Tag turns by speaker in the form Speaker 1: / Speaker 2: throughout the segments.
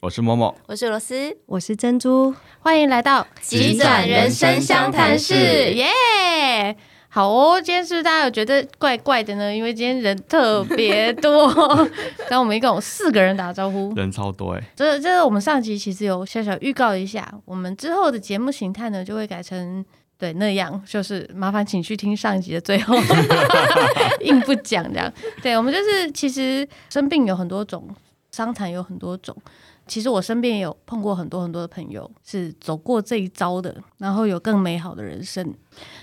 Speaker 1: 我是某
Speaker 2: 哦
Speaker 1: 某，
Speaker 3: 我是罗斯，
Speaker 4: 我是珍珠，
Speaker 2: 欢迎来到
Speaker 1: 急诊人生相谈室
Speaker 2: 耶好哦，今天是不是大家有觉得怪怪的呢？因为今天人特别 多，刚刚我们一共有四个人打招呼。
Speaker 1: 人超多哎，
Speaker 2: 这这我们上集其实有小小预告一下，我们之后的节目形态呢就会改成对那样，就是麻烦请去听上一集的最后，硬不讲这样。对我们就是其实生病有很多种，伤残有很多种。其实我身边也有碰过很多很多的朋友是走过这一遭的，然后有更美好的人生。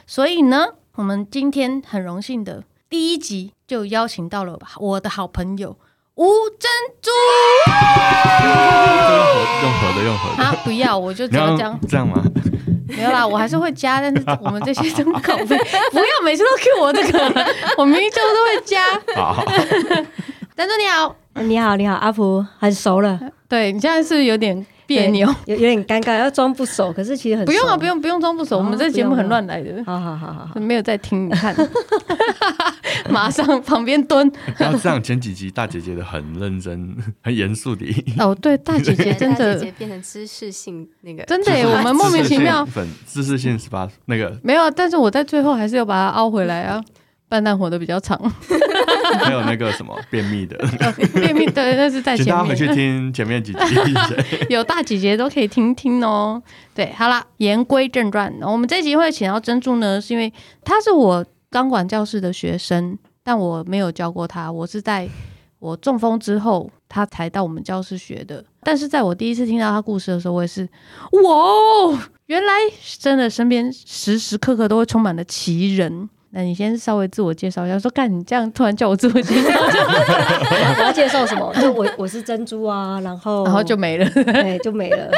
Speaker 2: 所以呢，我们今天很荣幸的第一集就邀请到了我的好朋友吴珍珠。
Speaker 1: 用合的用合的，
Speaker 2: 啊，不要，我就
Speaker 1: 你
Speaker 2: 只
Speaker 1: 要
Speaker 2: 要这样，
Speaker 1: 这 样吗？
Speaker 2: 没有啦，我还是会加，但是我们这些真靠背， 不要每次都 Q 我这个，我明明就是会加。
Speaker 1: 好，
Speaker 2: 丹珠你好，
Speaker 4: 你好，你好，阿普，很熟了，
Speaker 2: 对你现在是不是有点 别 扭？
Speaker 4: 有有点尴尬，要装不熟，可是其实很熟
Speaker 2: 不用啊，不，用，不用装不熟，
Speaker 4: 哦
Speaker 2: 我们这节目很乱来的，
Speaker 4: 好好好好好，
Speaker 2: 没有在听，你看， 马上旁边蹲。
Speaker 1: 然后这样前几集大姐姐的很认真、很严肃的，
Speaker 2: 哦，对，大姐姐真
Speaker 3: 大姐
Speaker 2: 的
Speaker 3: 姐变成知识性那个，
Speaker 2: 真的耶，我们莫名其 妙
Speaker 1: 粉知识性十八那个
Speaker 2: 没有啊，但是我在最后还是要把它凹回来啊。笨蛋活得比较长，
Speaker 1: 还有那个什么便秘的，
Speaker 2: 便秘对，那是在
Speaker 1: 请
Speaker 2: 前
Speaker 1: 大家
Speaker 2: 面。
Speaker 1: 回去听前面几集。
Speaker 2: 有大姐姐都可以听听哦。对，好啦，言归正传，我们这集会请到珍珠呢，是因为她是我钢管教室的学生，但我没有教过她，我是在我中风之后，她才到我们教室学的。但是在我第一次听到她故事的时候，我也是，哇哦，原来真的身边时时刻刻都会充满了奇人。那你先稍微自我介绍一下，说干你这样突然叫我自我介绍，
Speaker 4: 我要介绍什么？ 就我我是珍珠啊，然 后
Speaker 2: 然后哦就没了。
Speaker 4: 对就没了，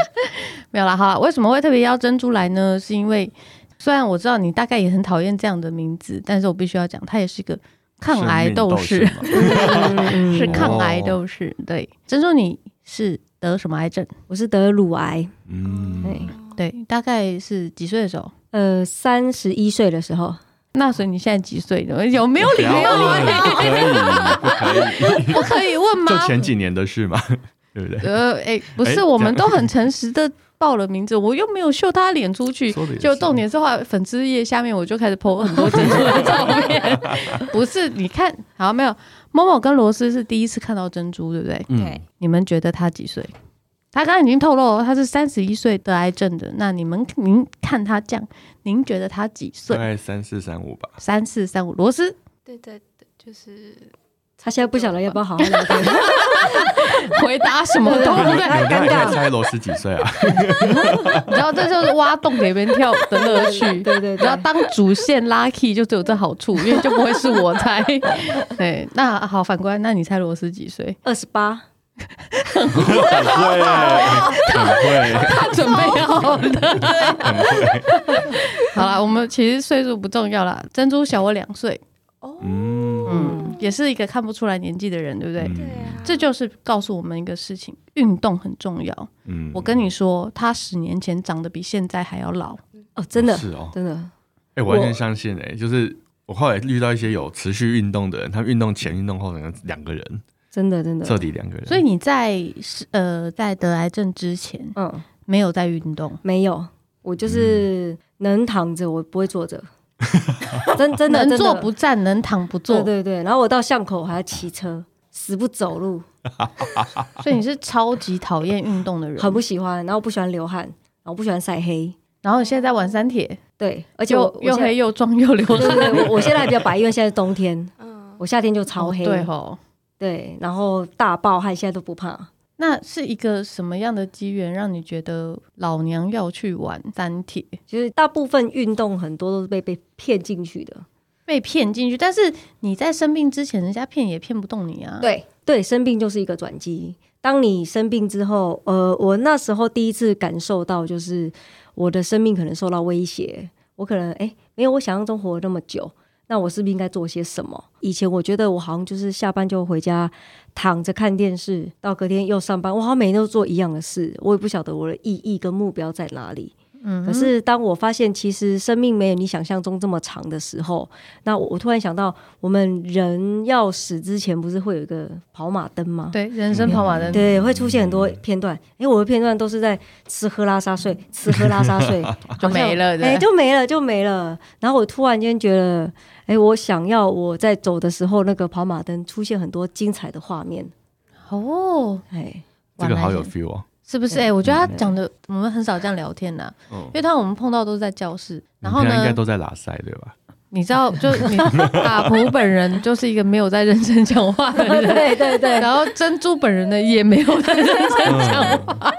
Speaker 2: 没有啦，好啦，为什么会特别邀珍珠来呢？是因为虽然我知道你大概也很讨厌这样的名字，但是我必须要讲，他也是一个抗癌斗士，
Speaker 1: 生 命斗士嘛哦
Speaker 4: 嗯
Speaker 2: 是抗癌斗士。对，珍珠你是得什么癌症？
Speaker 4: 我是得乳癌，
Speaker 1: 嗯，
Speaker 2: 对，大概是几岁的时候？
Speaker 4: 呃，三十一岁的时候，
Speaker 2: 那所以你现在几岁呢？有没有
Speaker 1: 哎不
Speaker 2: 礼
Speaker 1: 要
Speaker 2: 貌
Speaker 1: 问，
Speaker 2: 啊？
Speaker 1: 不可以，不可以，
Speaker 2: 我可以问吗？
Speaker 1: 就前几年的事嘛，对不对？
Speaker 2: 呃，哎、不
Speaker 1: 哎
Speaker 2: 是，
Speaker 1: 这样
Speaker 2: 我们都很诚实的报了名字，我又没有秀他脸出去
Speaker 1: 说得也。是
Speaker 2: 就重点是话，粉丝页下面我就开始 po 很多珍珠的照 片。不是，你看，好没有？某某跟罗斯是第一次看到珍珠，对不对？
Speaker 1: 嗯，
Speaker 2: 你们觉得他几岁？他刚刚已经透露了他是三十一岁得癌症的。那你们您看他这样，您觉得他几
Speaker 1: 大
Speaker 2: 岁？
Speaker 1: 概三四三五吧。
Speaker 2: 三四三五，罗斯
Speaker 3: 对对对，就是
Speaker 4: 他现在不晓得要不要好好 聊天，
Speaker 2: 回答什么都不对，
Speaker 1: 你刚才猜罗斯几岁啊？
Speaker 2: 你知道这就是挖洞给别人跳的乐趣。
Speaker 4: 对对
Speaker 2: 只要
Speaker 4: 对，
Speaker 2: 当主线 lucky 就只有这好处，因为就不会是我猜。 对，那好，反过来，那你猜罗斯几岁？
Speaker 4: 二十八，
Speaker 1: 很会，很会，
Speaker 2: 他准备好的。好啦，我们其实岁数不重要啦。珍珠小我两岁，
Speaker 1: 嗯，
Speaker 2: 嗯，也是一个看不出来年纪的人，对不
Speaker 4: 嗯
Speaker 2: 对？
Speaker 3: 对啊，
Speaker 2: 这就是告诉我们一个事情：运动很重要。
Speaker 1: 嗯
Speaker 2: 我跟你说，他十年前长得比现在还要老。
Speaker 4: 哦，真的
Speaker 1: 是哦，
Speaker 4: 真的，
Speaker 1: 哎、我完全相信哎、就是我后来遇到一些有持续运动的人，他们运动前、运动后可能两个人，
Speaker 4: 真的真
Speaker 1: 彻
Speaker 4: 的，
Speaker 1: 底两个人。
Speaker 2: 所以你在是呃在得癌症之前
Speaker 4: 嗯，
Speaker 2: 没有在运动，
Speaker 4: 没有，我就是能躺着，我不会坐着， 真真的
Speaker 2: 能
Speaker 4: 真的
Speaker 2: 坐不站，能躺不坐。
Speaker 4: 对对对，然后我到巷口还要骑车，死不走路，
Speaker 2: 所以你是超级讨厌运动的人，
Speaker 4: 很不喜欢。然后不喜欢流汗，然后不喜欢晒黑。
Speaker 2: 然后你现在在玩三铁，
Speaker 4: 对，而且我
Speaker 2: 又又黑。又壮又流
Speaker 4: 我现在
Speaker 2: 汗，
Speaker 4: 对对对，我我现在还比较白，因为现在是冬天，
Speaker 3: 嗯，
Speaker 4: 我夏天就超黑。
Speaker 2: 哦对吼。
Speaker 4: 对然后大暴汗，现在都不怕。
Speaker 2: 那是一个什么样的机缘让你觉得老娘要去玩三铁，
Speaker 4: 就是大部分运动很多都是被被骗进去的。
Speaker 2: 被骗进去？但是你在生病之前，人家骗也骗不动你啊。，
Speaker 4: 对对，生病就是一个转机。当你生病之后，呃，我那时候第一次感受到，就是我的生命可能受到威胁，我可能哎、诶没有我想象中活了那么久，那我是不是应该做些什么？以前我觉得我好像就是下班就回家躺着看电视，到隔天又上班，我好像每天都做一样的事，我也不晓得我的意义跟目标在哪里。
Speaker 2: 嗯哼，
Speaker 4: 可是当我发现其实生命没有你想象中这么长的时候，那我我突然想到，我们人要死之前不是会有一个跑马灯吗？
Speaker 2: 对人生跑马灯，
Speaker 4: 对，会出现很多片段。诶，我的片段都是在吃喝拉 撒睡，吃喝拉撒睡，
Speaker 2: 就没了对
Speaker 4: 哎，就没了，就没了。然后我突然间觉得，哎，我想要我在走的时候，那个跑马灯出现很多精彩的画面。
Speaker 2: 哦，
Speaker 4: 哎，
Speaker 1: 这个好有
Speaker 2: 晚安
Speaker 1: feel 哦。
Speaker 2: 是不是？哎、我觉得他讲的，我们很少这样聊天呐、
Speaker 1: 嗯
Speaker 2: 因为他我们碰到都是在教
Speaker 4: 嗯
Speaker 2: 室，然
Speaker 1: 你
Speaker 2: 后
Speaker 1: 平常应
Speaker 2: 呢
Speaker 1: 该，都在拉塞对 吧？
Speaker 2: 你知道，就你阿普本人就是一个没有在认真讲话的人，
Speaker 4: 对对对，
Speaker 2: 然后珍珠本人呢也没有在认真
Speaker 1: 嗯
Speaker 2: 讲话。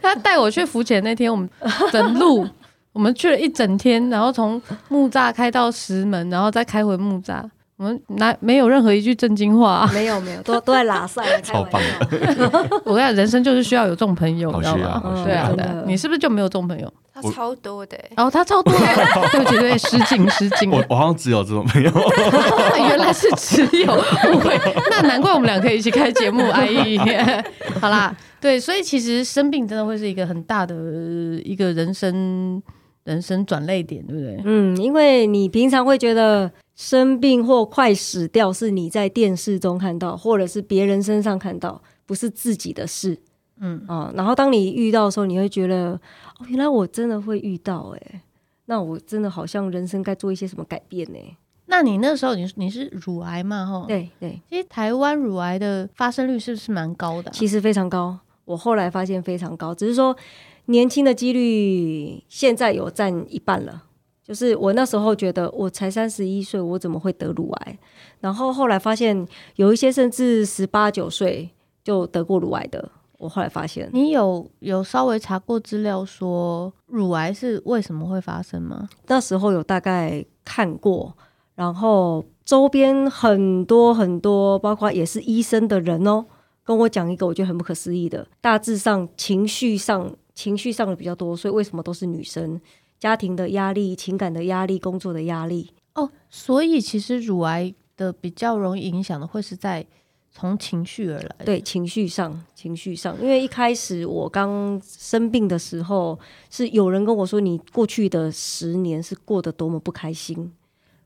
Speaker 2: 他带我去浮潜那天，我 们整路我们去了一整天，然后从木栅开到石门，然后再开回木栅。我们哪没有任何一句正经话、
Speaker 4: 没有没有，都都在拉塞，开
Speaker 1: 超
Speaker 4: 玩笑
Speaker 1: 棒
Speaker 2: 我跟你讲，人生就是需要有这种朋友，你
Speaker 1: 好
Speaker 2: 知道
Speaker 1: 需要
Speaker 2: 吗？
Speaker 1: 好需
Speaker 2: 对啊，
Speaker 1: 要
Speaker 2: 对
Speaker 4: 真
Speaker 2: 啊
Speaker 4: 的，
Speaker 2: 你是不是就没有这种朋友？
Speaker 3: 他
Speaker 1: 我
Speaker 3: 超多的欸，
Speaker 2: 哦，他超多的，对不起，对不起，失敬失敬。哦
Speaker 1: 我我好像只有这种朋友，
Speaker 2: 原来是只有误 会，那难怪我们俩可以一起开节目。 哎，好啦，对，所以其实生病真的会是一个很大的呃一个人生人生转泪点，对不对？
Speaker 4: 嗯，因为你平常会觉得生病或快死掉是你在电视中看到，或者是别人身上看到，不是自己的事
Speaker 2: 嗯，
Speaker 4: 啊、然后当你遇到的时候，你会觉得哦，原来我真的会遇到哎、那我真的好像人生该做一些什么改变呢、
Speaker 2: 那你那时候你你是乳癌嘛？哈，。
Speaker 4: 对对，
Speaker 2: 其实台湾乳癌的发生率是不是蛮高的啊、
Speaker 4: 其实非常高，我后来发现非常高，只是说年轻的几率现在有占一半了。就是我那时候觉得我才三十一岁，我怎么会得乳癌？然后后来发现有一些甚至十八九岁就得过乳癌的，我后来发现
Speaker 2: 你有有稍微查过资料说乳癌是为什么会发生吗？
Speaker 4: 那时候有大概看过，然后周边很多很多，包括也是医生的人哦，跟我讲一个我觉得很不可思议的，大致上情绪上情绪上的比较多，所以为什么都是女生？家庭的压力、情感的压力、工作的压力，
Speaker 2: 哦，所以其实乳癌的比较容易影响的会是在从情绪而来的。
Speaker 4: 对情绪上，情绪上，因为一开始我刚生病的时候，是有人跟我说你过去的十年是过得多么不开心，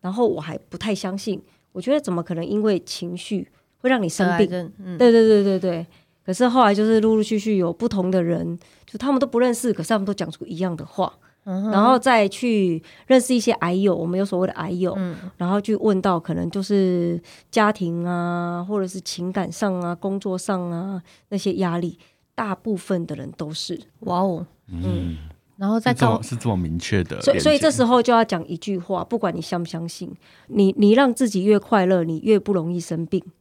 Speaker 4: 然后我还不太相信，我觉得怎么可能因为情绪会让你
Speaker 2: 得
Speaker 4: 生
Speaker 2: 癌
Speaker 4: 病？
Speaker 2: 症，嗯，
Speaker 4: 对对对对对。可是后来就是陆陆续续有不同的人，就他们都不认识，可是他们都讲出一样的话，
Speaker 2: 嗯哼
Speaker 4: 然后再去认识一些癌友，我们有所谓的癌友，
Speaker 2: 嗯
Speaker 4: 然后去问到可能就是家庭啊，或者是情感上啊、工作上啊那些压力，大部分的人都是。
Speaker 2: 哇哦，
Speaker 1: 嗯，
Speaker 2: 然后再
Speaker 1: 是这
Speaker 2: 告
Speaker 1: 么是这么明确呃的连接，
Speaker 4: 所以，所以这时候就要讲一句话，不管你相不相信，你你让自己越快乐，你越不容易生病。
Speaker 1: 嗯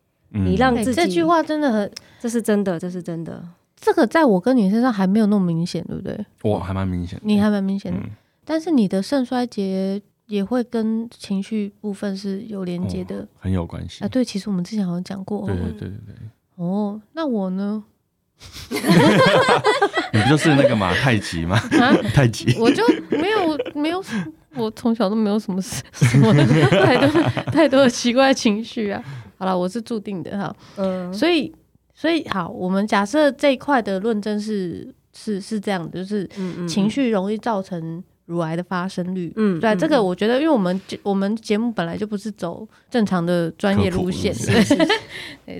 Speaker 4: 你让
Speaker 2: 哎
Speaker 4: 自己、
Speaker 2: 这句，话真的很，
Speaker 4: 这是真的，这是真的。
Speaker 2: 这个在我跟你身上还没有那么明显，对不对？
Speaker 1: 我还蛮明显的，
Speaker 2: 你还蛮明显的，
Speaker 1: 嗯
Speaker 2: 但是你的肾衰竭也会跟情绪部分是有连接的。
Speaker 1: 很有关系
Speaker 2: 啊，。对，其实我们之前好像讲过
Speaker 1: 哦对
Speaker 2: 哦
Speaker 1: 对对对对，
Speaker 2: 哦。那我呢？
Speaker 1: 你不就是那个嘛太 极吗？
Speaker 2: 啊，
Speaker 1: 太极，
Speaker 2: 我就没有没有，我从小都没有什么事，什么的太多太多的奇怪情绪啊。好了，我是注定的哈。
Speaker 4: 嗯，
Speaker 2: 所以，所以好，我们假设这一块的论证是是是这样的，就是
Speaker 4: 嗯嗯
Speaker 2: 情，绪容易造成乳癌的发生率。
Speaker 4: 嗯，
Speaker 2: 对啊、
Speaker 4: 嗯
Speaker 2: 这个我觉得，因为我们这我们节目本来就不是走正常的专业路线，
Speaker 1: 科普
Speaker 2: 对，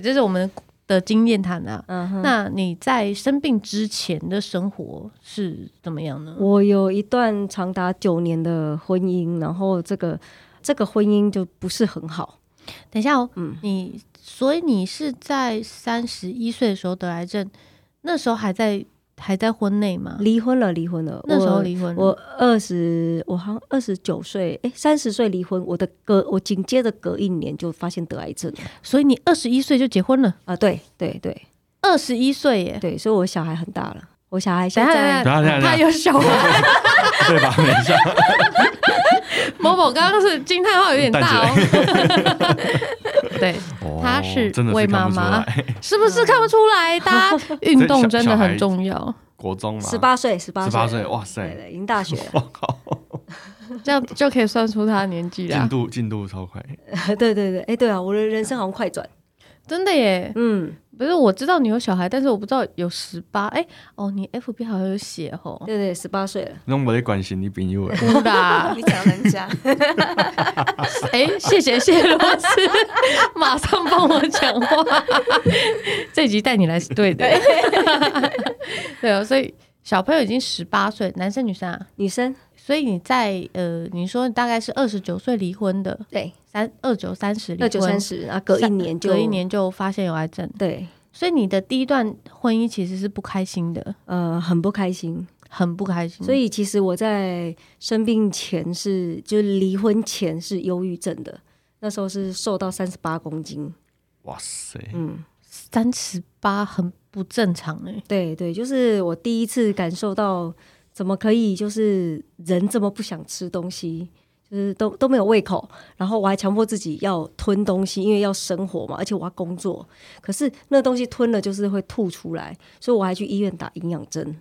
Speaker 2: 对这是我们的经验谈啊。
Speaker 4: 嗯哼
Speaker 2: 那你在生病之前的生活是怎么样呢？
Speaker 4: 我有一段长达九年的婚姻，然后这个这个婚姻就不是很好。
Speaker 2: 等一下哦，
Speaker 4: 嗯，
Speaker 2: 你所以你是在三十一岁的时候得癌症，那时候还在还在婚内吗？
Speaker 4: 离婚了，离婚了。
Speaker 2: 那时候
Speaker 4: 我
Speaker 2: 离婚了，
Speaker 4: 嗯我二十，我好像二十九岁，哎，三十岁离婚。我的隔，我紧接着隔一年就发现得癌症了
Speaker 2: 所以你二十一岁就结婚了，
Speaker 4: 啊！对对对
Speaker 2: 二十一岁耶！
Speaker 4: 对，所以我小孩很大了，我小孩
Speaker 2: 等
Speaker 4: 现
Speaker 2: 一下
Speaker 4: 在
Speaker 2: 等
Speaker 1: 等一下等一下
Speaker 2: 他有小孩。
Speaker 1: 对吧？没事，
Speaker 2: 某某刚刚是惊叹号有点大哦。 对，
Speaker 1: 哦
Speaker 2: 他是
Speaker 1: 真的
Speaker 2: 为
Speaker 1: 是看不出
Speaker 2: 妈妈
Speaker 1: 来，
Speaker 2: 是不是看不出来？大 家运动真的很重要，
Speaker 1: 国中嘛，
Speaker 4: 十八岁，十八
Speaker 1: 十
Speaker 4: 岁，
Speaker 1: 八岁，哇
Speaker 4: 对
Speaker 1: 塞，
Speaker 4: 对，已经大学
Speaker 1: 我
Speaker 4: 了，
Speaker 1: 靠，
Speaker 2: 这样就可以算出他的年纪
Speaker 1: 进
Speaker 2: 啦。
Speaker 1: 度进度超快，
Speaker 4: 对对对，哎，对啊，我的人生好像快转，
Speaker 2: 真的耶，
Speaker 4: 嗯，
Speaker 2: 不是我知道你有小孩，但是我不知道有十八。哎，哦，你 FB 好像有写哦吼，
Speaker 4: 对对，十八岁了，
Speaker 1: 那我得关心你朋友的
Speaker 4: 嗯
Speaker 2: 真的啊、
Speaker 3: 你讲人家，
Speaker 2: 哎，谢谢谢罗斯，马上帮我讲话。 这集带你来是对的， 对哦，所以小朋友已经十八岁，男生女生啊。
Speaker 4: 女生
Speaker 2: 所以你在呃，你说你大概是二十九岁离婚的，
Speaker 4: 对，
Speaker 2: 三二九三十离婚，
Speaker 4: 二九三十，啊，隔一
Speaker 2: 三
Speaker 4: 年就
Speaker 2: 隔一，年就发现有癌症，
Speaker 4: 对，
Speaker 2: 所以你的第一段婚姻其实是不开心的，
Speaker 4: 呃，很不开心。
Speaker 2: 很不开心。
Speaker 4: 所以其实我在生病前是，就是离婚前是忧郁症的，那时候是瘦到三十八公斤。
Speaker 1: 哇塞，
Speaker 4: 嗯，
Speaker 2: 三十八很不正常哎、
Speaker 4: 对对，就是我第一次感受到，怎么可以就是人这么不想吃东西。就是都都没有胃口，然后我还强迫自己要吞东西，因为要生活嘛，而且我要工作。可是那东西吞了就是会吐出来，所以我还去医院打营养针。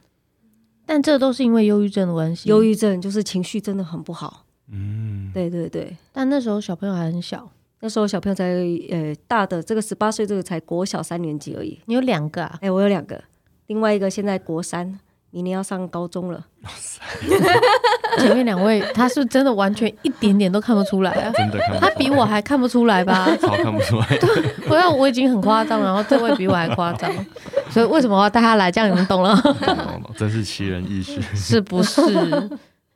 Speaker 2: 但这都是因为忧郁症的关系。
Speaker 4: 忧
Speaker 2: 郁，
Speaker 4: 郁症就是情绪真的很不好。
Speaker 1: 嗯，，
Speaker 4: 对对对，
Speaker 2: 但那时候小朋友还很小，
Speaker 4: 那时候小朋友才呃大的这个十八岁，这个才国小三年级而已。
Speaker 2: 你有两个啊，
Speaker 4: 哎、我有两个，另外一个现在国三，明年要上高中了。
Speaker 2: 前面两位他是真的完全一点点都看不出来啊
Speaker 1: 真的看不出
Speaker 2: 他
Speaker 1: 来
Speaker 2: 比我还看不出来吧？
Speaker 1: 超看不出 来，
Speaker 2: 我要我已经很夸张了，然后这位比我还夸张，所以为什么我要带他来？这样你们懂了
Speaker 1: 真是奇人异事。
Speaker 4: 嗯
Speaker 2: 是不是？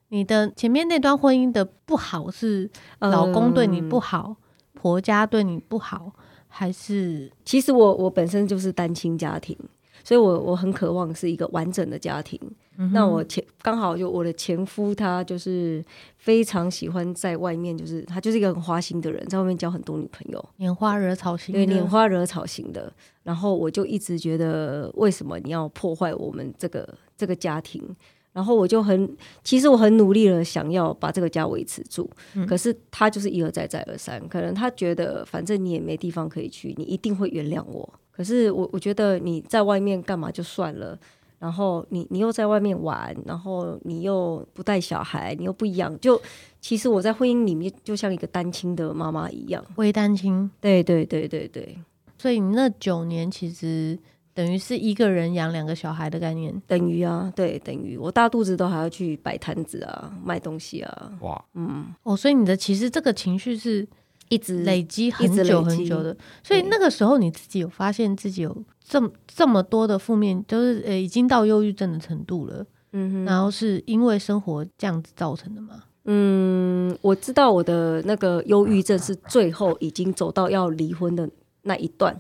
Speaker 2: 你的前面那段婚姻的不好是
Speaker 4: 呃
Speaker 2: 老公对你不好，婆家对你不好，还是
Speaker 4: 其实我我本身就是单亲家庭，所以我我很渴望是一个完整的家庭。
Speaker 2: 嗯
Speaker 4: 那我前刚好就我的前夫他就是非常喜欢在外面，就是他就是一个很花心的人，在外面交很多女朋友。
Speaker 2: 拈花惹草型的？
Speaker 4: 对，拈花惹草型的。然后我就一直觉得，为什么你要破坏我们这个这个家庭？然后我就很，其实我很努力了，想要把这个家维持住。可是他就是一而再，再而三。可能他觉得，反正你也没地方可以去，你一定会原谅我。可是我我觉得你在外面干嘛就算了，然后你你又在外面玩，然后你又不带小孩，你又不养，就其实我在婚姻里面就像一个单亲的妈妈一样。
Speaker 2: 微单亲，
Speaker 4: 对对对对对。
Speaker 2: 所以你那九年其实等于是一个人养两个小孩的概念。
Speaker 4: 等于啊，对，等于我大肚子都还要去摆摊子啊，卖东西啊，
Speaker 1: 哇，
Speaker 4: 嗯，
Speaker 2: 哦，所以你的其实这个情绪是
Speaker 4: 一直
Speaker 2: 累积
Speaker 4: 一直
Speaker 2: 很
Speaker 4: 累
Speaker 2: 久
Speaker 4: 积
Speaker 2: 很久的，所以那个时候你自己有发现自己有这么这么多的负面，就是呃已经到忧郁症的程度了，
Speaker 4: 嗯哼，
Speaker 2: 然后是因为生活这样子造成的吗？
Speaker 4: 嗯，我知道我的那个忧郁症是最后已经走到要离婚的那一段，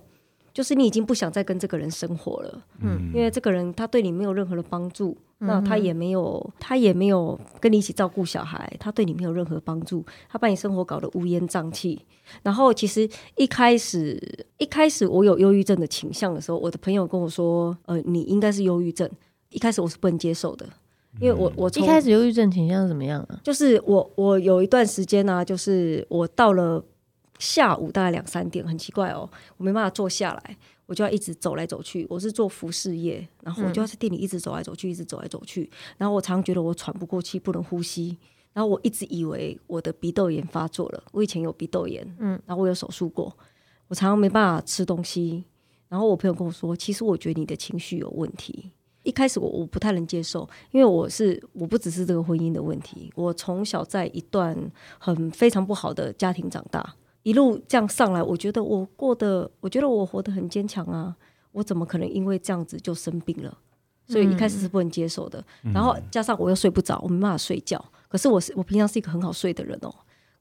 Speaker 4: 就是你已经不想再跟这个人生活了，
Speaker 2: 嗯
Speaker 4: 因为这个人他对你没有任何的帮助，那
Speaker 2: 嗯哼
Speaker 4: 他也没有他也没有跟你一起照顾小孩，他对你没有任何帮助，他把你生活搞得乌烟瘴气。然后其实一开始一开始我有忧郁症的倾向的时候，我的朋友跟我说，呃，你应该是忧郁症。一开始我是不能接受的，因为我我从
Speaker 2: 一开始忧郁症倾向是怎么样啊？
Speaker 4: 就是我我有一段时间呢、就是我到了下午大概两三点，很奇怪哦，我没办法坐下来，我就要一直走来走去。我是做服饰业，然后我就要在店里一直走来走去，一直走来走去。然后我常觉得我喘不过气，不能呼吸。然后我一直以为我的鼻窦炎发作了，我以前有鼻窦炎，嗯，然后我有手术过，我常常没办法吃东西。然后我朋友跟我说，其实我觉得你的情绪有问题。一开始我我不太能接受，因为我是我不只是这个婚姻的问题，我从小在一段很非常不好的家庭长大，一路这样上来，我觉得我过得，我觉得我活得很坚强啊，我怎么可能因为这样子就生病了？所以一开始是不能接受的，然后加上我又睡不着，我没办法睡觉。可是我是我平常是一个很好睡的人哦，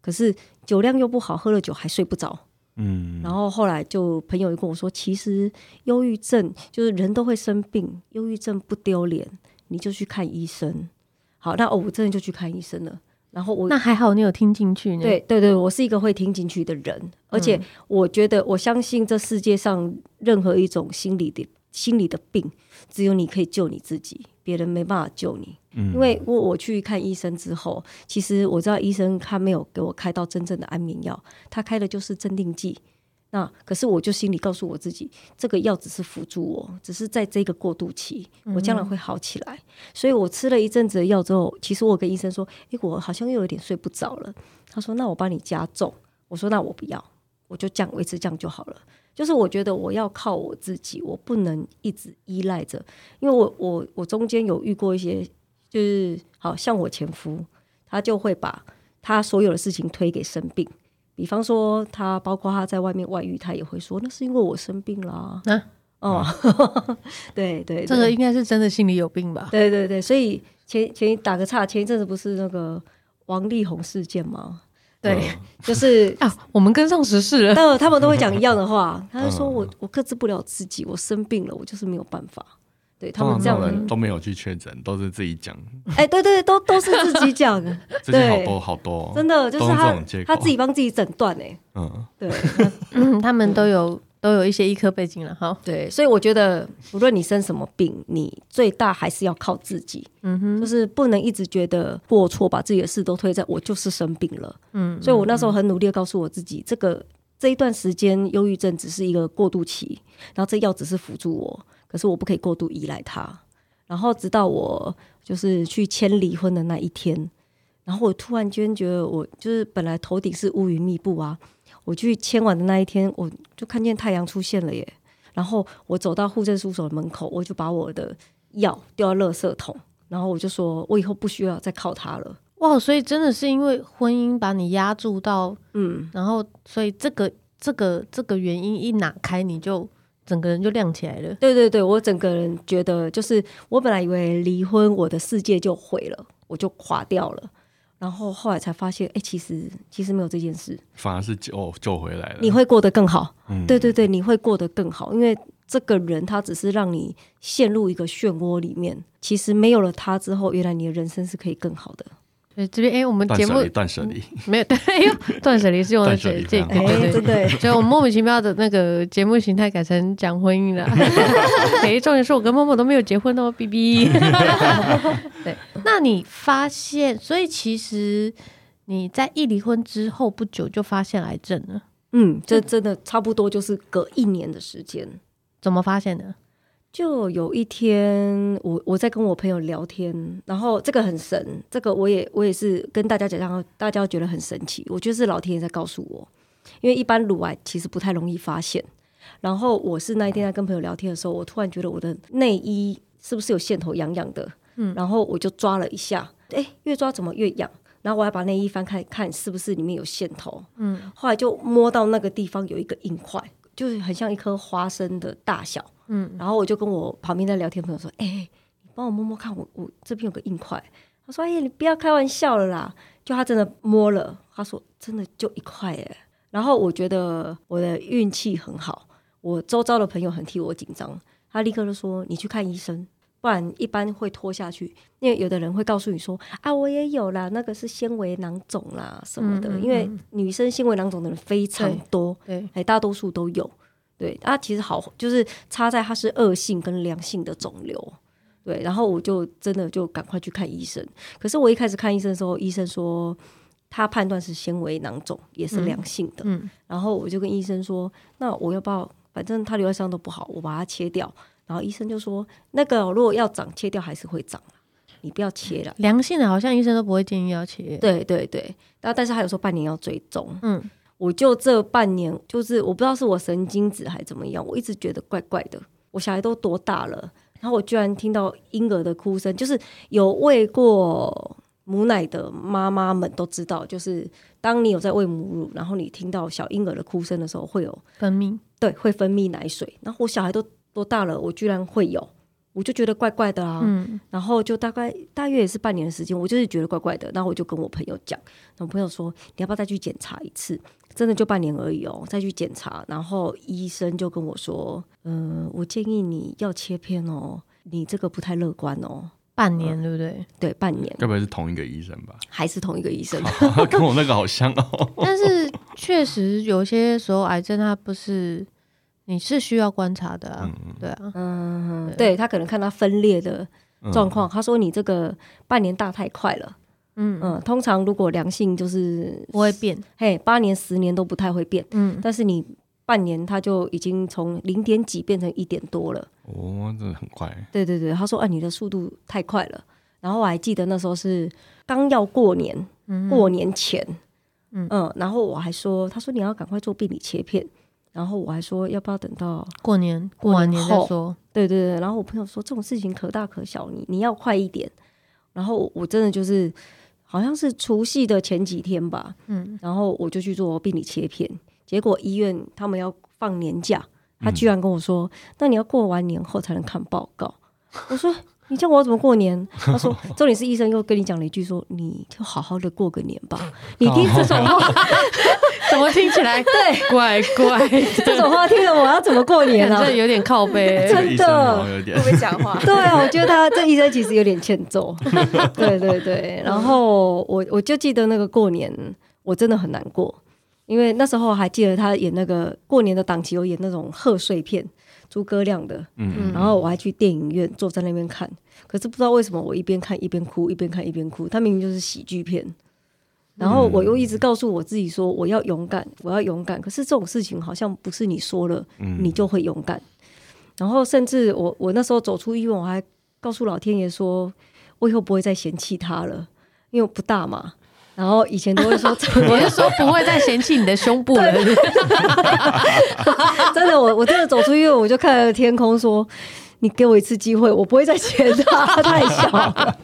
Speaker 4: 可是酒量又不好，喝了酒还睡不着。
Speaker 1: 嗯，
Speaker 4: 然后后来就朋友就跟我说，其实忧郁症就是人都会生病，忧郁症不丢脸，你就去看医生。好，那哦，我真的就去看医生了。然后我
Speaker 2: 那还好你有听进去呢。，
Speaker 4: 对对对，我是一个会听进去的人，而且我觉得我相信这世界上任何一种心理的心理的病，只有你可以救你自己，别人没办法救你。
Speaker 1: 嗯
Speaker 4: 因为我我去看医生之后，其实我知道医生他没有给我开到真正的安眠药，他开的就是镇定剂。那可是我就心里告诉我自己，这个药只是辅助我，只是在这个过渡期，我将来会好起来。所以我吃了一阵子的药之后，其实我跟医生说，诶，我好像又有点睡不着了。他说，那我帮你加重。我说，那我不要，我就这样维持这样就好了。就是我觉得我要靠我自己，我不能一直依赖着，因为我我我中间有遇过一些，就是好像我前夫，他就会把他所有的事情推给生病。比方说，他包括他在外面外遇，他也会说那是因为我生病啦。
Speaker 2: 啊
Speaker 4: 哦，对对，对
Speaker 2: 这个应该是真的心理有病 吧？
Speaker 4: 对对对，所以前前一打个岔，前一阵子不是那个王力宏事件吗？
Speaker 2: 对
Speaker 1: 嗯
Speaker 4: 就是
Speaker 2: 啊，我们跟上时事了。
Speaker 4: 但 他们都会讲一样的话，他就说
Speaker 1: 嗯
Speaker 4: 我我克制不了自己，我生病了，我就是没有办法。对他
Speaker 1: 通
Speaker 4: 们
Speaker 1: 常
Speaker 4: 这样
Speaker 1: 那种，人都没有去确诊，都是自己讲，
Speaker 4: 哎，对对，都都是自 己讲，
Speaker 1: 这些好
Speaker 4: 对
Speaker 1: 多好多哦，
Speaker 4: 真的就是
Speaker 1: 都用这
Speaker 4: 他
Speaker 1: 种借口
Speaker 4: 他自己帮自己诊断哎，
Speaker 1: 嗯，
Speaker 4: 对
Speaker 2: 嗯，他们都有都有一些医科背景了哈。
Speaker 4: 对，所以我觉得无论你生什么病，你最大还是要靠自己，
Speaker 2: 嗯哼，
Speaker 4: 就是不能一直觉得过错，把自己的事都推在我就是生病了。
Speaker 2: 嗯，
Speaker 4: 所以我那时候很努力的告诉我自己，这个这一段时间忧郁症只是一个过渡期，然后这药只是辅助我，可是我不可以过度依赖它。然后直到我就是去签离婚的那一天，然后我突然间觉得我就是本来头顶是乌云密布啊，我去签完的那一天，我就看见太阳出现了耶。然后我走到户政事务所的门口，我就把我的药丢到垃圾桶，然后我就说，我以后不需要再靠它了。
Speaker 2: 哇，所以真的是因为婚姻把你压住到，
Speaker 4: 嗯，
Speaker 2: 然后所以这个这个这个原因一拿开，你就整个人就亮起来了。
Speaker 4: 对对对，我整个人觉得就是，我本来以为离婚我的世界就毁了，我就垮掉了。然后后来才发现，哎、其实其实没有这件事，
Speaker 1: 反而是救哦救回
Speaker 2: 啊
Speaker 1: 来了。
Speaker 4: 你会过得更好。
Speaker 1: 嗯
Speaker 4: 对对对，你会过得更好，因为这个人他只是让你陷入一个漩涡里面。其实没有了他之后，原来你的人生是可以更好的。
Speaker 2: 对，这边哎，我们
Speaker 1: 断
Speaker 2: 节
Speaker 1: 舍
Speaker 2: 目
Speaker 1: 离，断舍离，
Speaker 2: 没有对， 哎呦，断舍离是用的
Speaker 1: 断舍
Speaker 2: 这
Speaker 1: 离
Speaker 2: 这
Speaker 1: 非
Speaker 2: 个，
Speaker 1: 常
Speaker 4: 哎、
Speaker 1: 好
Speaker 2: 对对
Speaker 4: 真的 耶，
Speaker 2: 所以我们莫名其妙的那个节目形态改成讲婚 姻了。哎，重点是我跟默默都没有结婚哦，B B。对，那你发现，所以其实你在一离婚之后不久就发现癌症了，
Speaker 4: 嗯，这真的差不多就是隔一年的时间。
Speaker 2: 怎么发现的？
Speaker 4: 就有一天，我我在跟我朋友聊天，然后这个很神，这个我也我也是跟大家讲，让大家觉得很神奇。我觉得是老天爷在告诉我，因为一般乳癌其实不太容易发现。然后我是那一天在跟朋友聊天的时候，我突然觉得我的内衣是不是有线头痒痒的，嗯，然后我就抓了一下，哎，越抓怎么越痒。然后我还把内衣翻开看是不是里面有线头，嗯，后来就摸到那个地方有一个硬块，就是很像一颗花生的大小，
Speaker 2: 嗯
Speaker 4: 然后我就跟我旁边在聊天朋友说：“哎、你帮我摸摸看，我我这边有个硬块。”他说：“哎、呀，你不要开玩笑了啦！”就他真的摸了，他说：“真的就一块耶。”然后我觉得我的运气很好，我周遭的朋友很替我紧张，他立刻就说：“你去看医生。”不然一般会拖下去，因为有的人会告诉你说啊，我也有啦，那个是纤维囊肿啦什么的，
Speaker 2: 嗯嗯
Speaker 4: 因为女生纤维囊肿的人非常
Speaker 2: 对
Speaker 4: 多，
Speaker 2: 对，
Speaker 4: 哎，大多数都有。对，它、其实好就是差在它是恶性跟良性的肿瘤。对，然后我就真的就赶快去看医生。可是我一开始看医生的时候，医生说他判断是纤维囊肿，也是良性的。
Speaker 2: 嗯，
Speaker 4: 然后我就跟医生说，那我要不要？反正它留在身上都不好，我把它切掉。然后医生就说，那个如果要长，切掉还是会长，啊你不要切了。
Speaker 2: 良性的好像医生都不会建议要切。
Speaker 4: 对对对，然后但是他有说半年要追踪，
Speaker 2: 嗯，
Speaker 4: 我就这半年，就是我不知道是我神经质还怎么样，我一直觉得怪怪的。我小孩都多大了，然后我居然听到婴儿的哭声，就是有喂过母奶的妈妈们都知道，就是当你有在喂母乳，然后你听到小婴儿的哭声的时候，会有
Speaker 2: 分泌。
Speaker 4: 对会分泌奶水。然后我小孩都多大了，我居然会有，我就觉得怪怪的啊。
Speaker 2: 嗯，
Speaker 4: 然后就大概大约也是半年的时间，我就是觉得怪怪的，然后我就跟我朋友讲，然后朋友说你要不要再去检查一次？真的就半年而已哦，再去检查。然后医生就跟我说，嗯、我建议你要切片哦，你这个不太乐观哦。
Speaker 2: 半年对不对？
Speaker 4: 对，半年
Speaker 1: 该不会是同一个医生吧？
Speaker 4: 还是同一个医生，
Speaker 1: 跟我那个好像哦。
Speaker 2: 但是确实有些时候癌症它不是你是需要观察的啊，对啊，
Speaker 4: 嗯，对他可能看他分裂的
Speaker 1: 嗯
Speaker 4: 状况，他说你这个半年大太快了，
Speaker 2: 嗯，
Speaker 4: 嗯，通常如果良性就是
Speaker 2: 不会变，
Speaker 4: 嘿八年十年都不太会变，
Speaker 2: 嗯，
Speaker 4: 但是你半年他就已经从零点几变成一点多了。
Speaker 1: 哦，真的很快，
Speaker 4: 对对对，他说啊，你的速度太快了。然后我还记得那时候是刚要过年，
Speaker 2: 嗯
Speaker 4: 嗯过年前，嗯然后我还说，他说你要赶快做病理切片。然后我还说要不要等到
Speaker 2: 过年过完年再
Speaker 4: 后
Speaker 2: 说，
Speaker 4: 对对对，然后我朋友说这种事情可大可小，你你要快一点。然后我我真的就是好像是除夕的前几天吧，
Speaker 2: 嗯，
Speaker 4: 然后我就去做病理切片，结果医院他们要放年假，他
Speaker 1: 嗯
Speaker 4: 居然跟我说：“那你要过完年后才能看报告。”我说：“你叫我怎么过年？”他说：“重点是医生又跟你讲了一句说，你就好好的过个年吧。你听这种话，
Speaker 2: 怎么听起来
Speaker 4: 对
Speaker 2: 怪怪
Speaker 4: 这
Speaker 2: 的？
Speaker 4: 种话听了我要怎么过年啊
Speaker 2: 感？”觉有点靠背
Speaker 1: 这个
Speaker 4: 真
Speaker 1: 医生
Speaker 4: 的
Speaker 1: 好像有 点
Speaker 3: 会不会讲话？
Speaker 4: 对啊，我觉得他这医生其实有点欠揍。对对对，然后我我就记得那个过年，我真的很难过，因为那时候还记得他演那个过年的档期有演那种贺岁片，诸葛亮的，
Speaker 1: 嗯，
Speaker 4: 然后我还去电影院坐在那边看，可是不知道为什么我一边看一边哭，一边看一边哭，他明明就是喜剧片。然后我又一直
Speaker 1: 嗯
Speaker 4: 告诉我自己说，我要勇敢，我要勇敢。可是这种事情好像不是你说了
Speaker 1: 嗯
Speaker 4: 你就会勇敢。然后甚至我我那时候走出医院，我还告诉老天爷说，我以后不会再嫌弃他了，因为我不大嘛。然后以前都会 说，
Speaker 2: 我 是说不会再嫌弃你的胸部了，
Speaker 4: 真的，我我真的走出医院，我就看着天空说。你给我一次机会，我不会再嫌他太小了。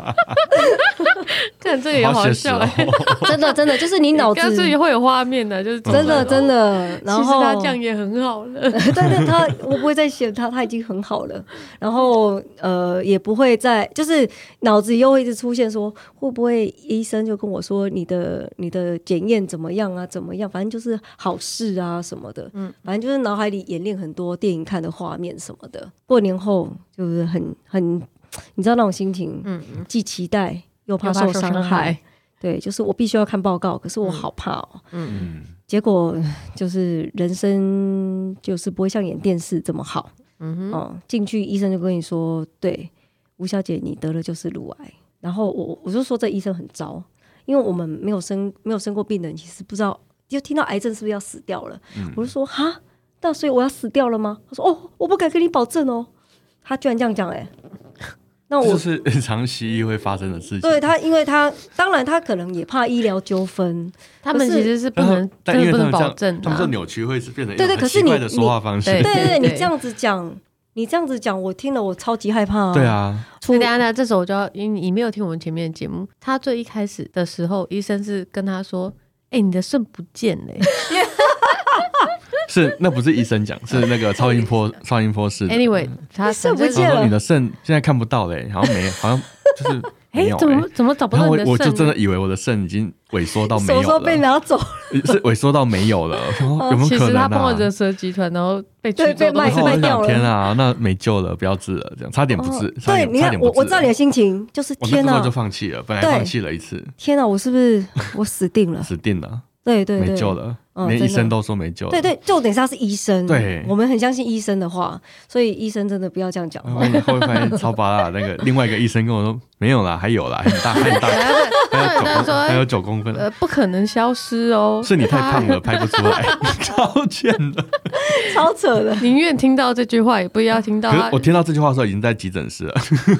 Speaker 2: 看这个也好
Speaker 1: 写实
Speaker 2: 笑
Speaker 1: 哦
Speaker 2: 欸，
Speaker 4: 真的，真的，就是你脑子
Speaker 2: 刚这也会有画面的，就是
Speaker 4: 真的真的。然
Speaker 2: 其实
Speaker 4: 后
Speaker 2: 他这样也很好了，
Speaker 4: 但是他我不会再嫌 他，他已经很好了。然后呃，也不会再就是脑子又会一直出现说，会不会医生就跟我说你的你的检验怎么样啊，怎么样，反正就是好事啊什么的。嗯，反正就是脑海里演练很多电影看的画面什么的。过年后就是很很，你知道那种心情，
Speaker 2: 嗯，
Speaker 4: 既期待又怕
Speaker 2: 怕
Speaker 4: 受
Speaker 2: 受
Speaker 4: 伤
Speaker 2: 伤
Speaker 4: 害
Speaker 2: 害。
Speaker 4: 对，就是我必须要看报告，可是我好怕哦。
Speaker 1: 嗯
Speaker 4: 结果就是人生就是不会像演电视这么好。
Speaker 2: 嗯哼，
Speaker 4: 嗯，进去医生就跟你说，对，吴小姐你得了就是乳癌。然后我我就说这医生很糟，因为我们没有生没有生过病的人，其实不知道，就听到癌症是不是要死掉了？
Speaker 1: 嗯
Speaker 4: 我就说哈，那所以我要死掉了吗？他说哦，我不敢跟你保证哦。他居然这样讲哎、那
Speaker 1: 这
Speaker 4: 我
Speaker 1: 就是日常西医会发生的事情。
Speaker 4: 对他，因为他当然他可能也怕医疗纠纷，
Speaker 2: 他们其实是不
Speaker 1: 然后
Speaker 2: 能，
Speaker 1: 但
Speaker 2: 真
Speaker 1: 因
Speaker 2: 的
Speaker 1: 为
Speaker 2: 不能
Speaker 1: 他们这
Speaker 2: 保
Speaker 1: 样，
Speaker 2: 证
Speaker 1: 他们这
Speaker 2: 的，啊
Speaker 1: 扭曲会是变成一
Speaker 4: 啊对
Speaker 1: 种
Speaker 4: 对可
Speaker 1: 很
Speaker 4: 是
Speaker 1: 奇
Speaker 4: 你
Speaker 1: 怪的说话方式。
Speaker 2: 对
Speaker 4: 对对对，你
Speaker 2: 对
Speaker 4: 这样子讲，你这样子讲，我听了我超级害怕、啊。
Speaker 1: 对，啊，
Speaker 2: 所
Speaker 4: 出
Speaker 2: 以大家呢，这时候我就要，因为你没有听我们前面的节目，他最一开始的时候，医生是跟他说：“哎、你的肾不见了、欸
Speaker 1: 是那不是医生讲，是那个超音波超音波是。
Speaker 2: Anyway，他
Speaker 4: 肾不
Speaker 2: 反正
Speaker 1: 他
Speaker 4: 见了
Speaker 1: 说你的肾现在看不到嘞，好像没，好像 就是
Speaker 2: 哎、
Speaker 1: 没有
Speaker 2: 怎
Speaker 1: 哎
Speaker 2: 么。怎么找不
Speaker 1: 然
Speaker 2: 到
Speaker 1: 后
Speaker 2: 你
Speaker 1: 我
Speaker 2: 的
Speaker 1: 我就
Speaker 2: 肾
Speaker 1: 真
Speaker 2: 呢？
Speaker 1: 的以为我的肾已经萎缩到
Speaker 4: 什
Speaker 1: 哦没
Speaker 4: 么时候
Speaker 1: 有
Speaker 4: 被
Speaker 1: 了，
Speaker 4: 拿走？
Speaker 1: 是萎缩到没有了，我想说有没
Speaker 2: 哦其
Speaker 1: 有可
Speaker 2: 实
Speaker 1: 能
Speaker 2: 他帮我惹
Speaker 1: 啊？
Speaker 2: 蛇集团，然后被
Speaker 4: 对
Speaker 2: 驱
Speaker 4: 被
Speaker 2: 逐到
Speaker 4: 卖
Speaker 1: 然后我
Speaker 4: 卖
Speaker 1: 就
Speaker 4: 掉
Speaker 1: 想
Speaker 4: 了
Speaker 1: 天啊，那没救了，不要治了，这样差点不治
Speaker 4: 哦，
Speaker 1: 差
Speaker 4: 对，
Speaker 1: 点
Speaker 4: 你
Speaker 1: 差
Speaker 4: 看
Speaker 1: 点不
Speaker 4: 我
Speaker 1: 治了。欸
Speaker 4: 我知道你的心情，就是
Speaker 1: 我那
Speaker 4: 天
Speaker 1: 时候就
Speaker 4: 哪，
Speaker 1: 放弃了，本来
Speaker 4: 对
Speaker 1: 放弃了一次，
Speaker 4: 天啊哪，我是不是我死 定了？
Speaker 1: 死定了，
Speaker 4: 对对对，
Speaker 1: 没救。了，
Speaker 4: 嗯
Speaker 1: 连
Speaker 4: 真
Speaker 1: 医
Speaker 4: 的
Speaker 1: 生都说没救了。
Speaker 4: 对对，重点是他是医生，
Speaker 1: 对
Speaker 4: 我们很相信医生的话，所以医生真的不要这样讲
Speaker 1: 然
Speaker 4: 话
Speaker 1: 后。你会发现超拔辣的那个另外一个医生跟我说没有啦，还有啦，很大还很大，还有九
Speaker 2: 那
Speaker 1: 公
Speaker 2: 时候
Speaker 1: 还有九公分，
Speaker 2: 呃，不可能消失哦，
Speaker 1: 是你太胖了，拍不出来，超贱的。
Speaker 4: 超扯的
Speaker 2: 他。，宁愿听到这句话，也不要听到
Speaker 1: 可是
Speaker 2: 他
Speaker 1: 我听到这句话的时候已经在急诊室了，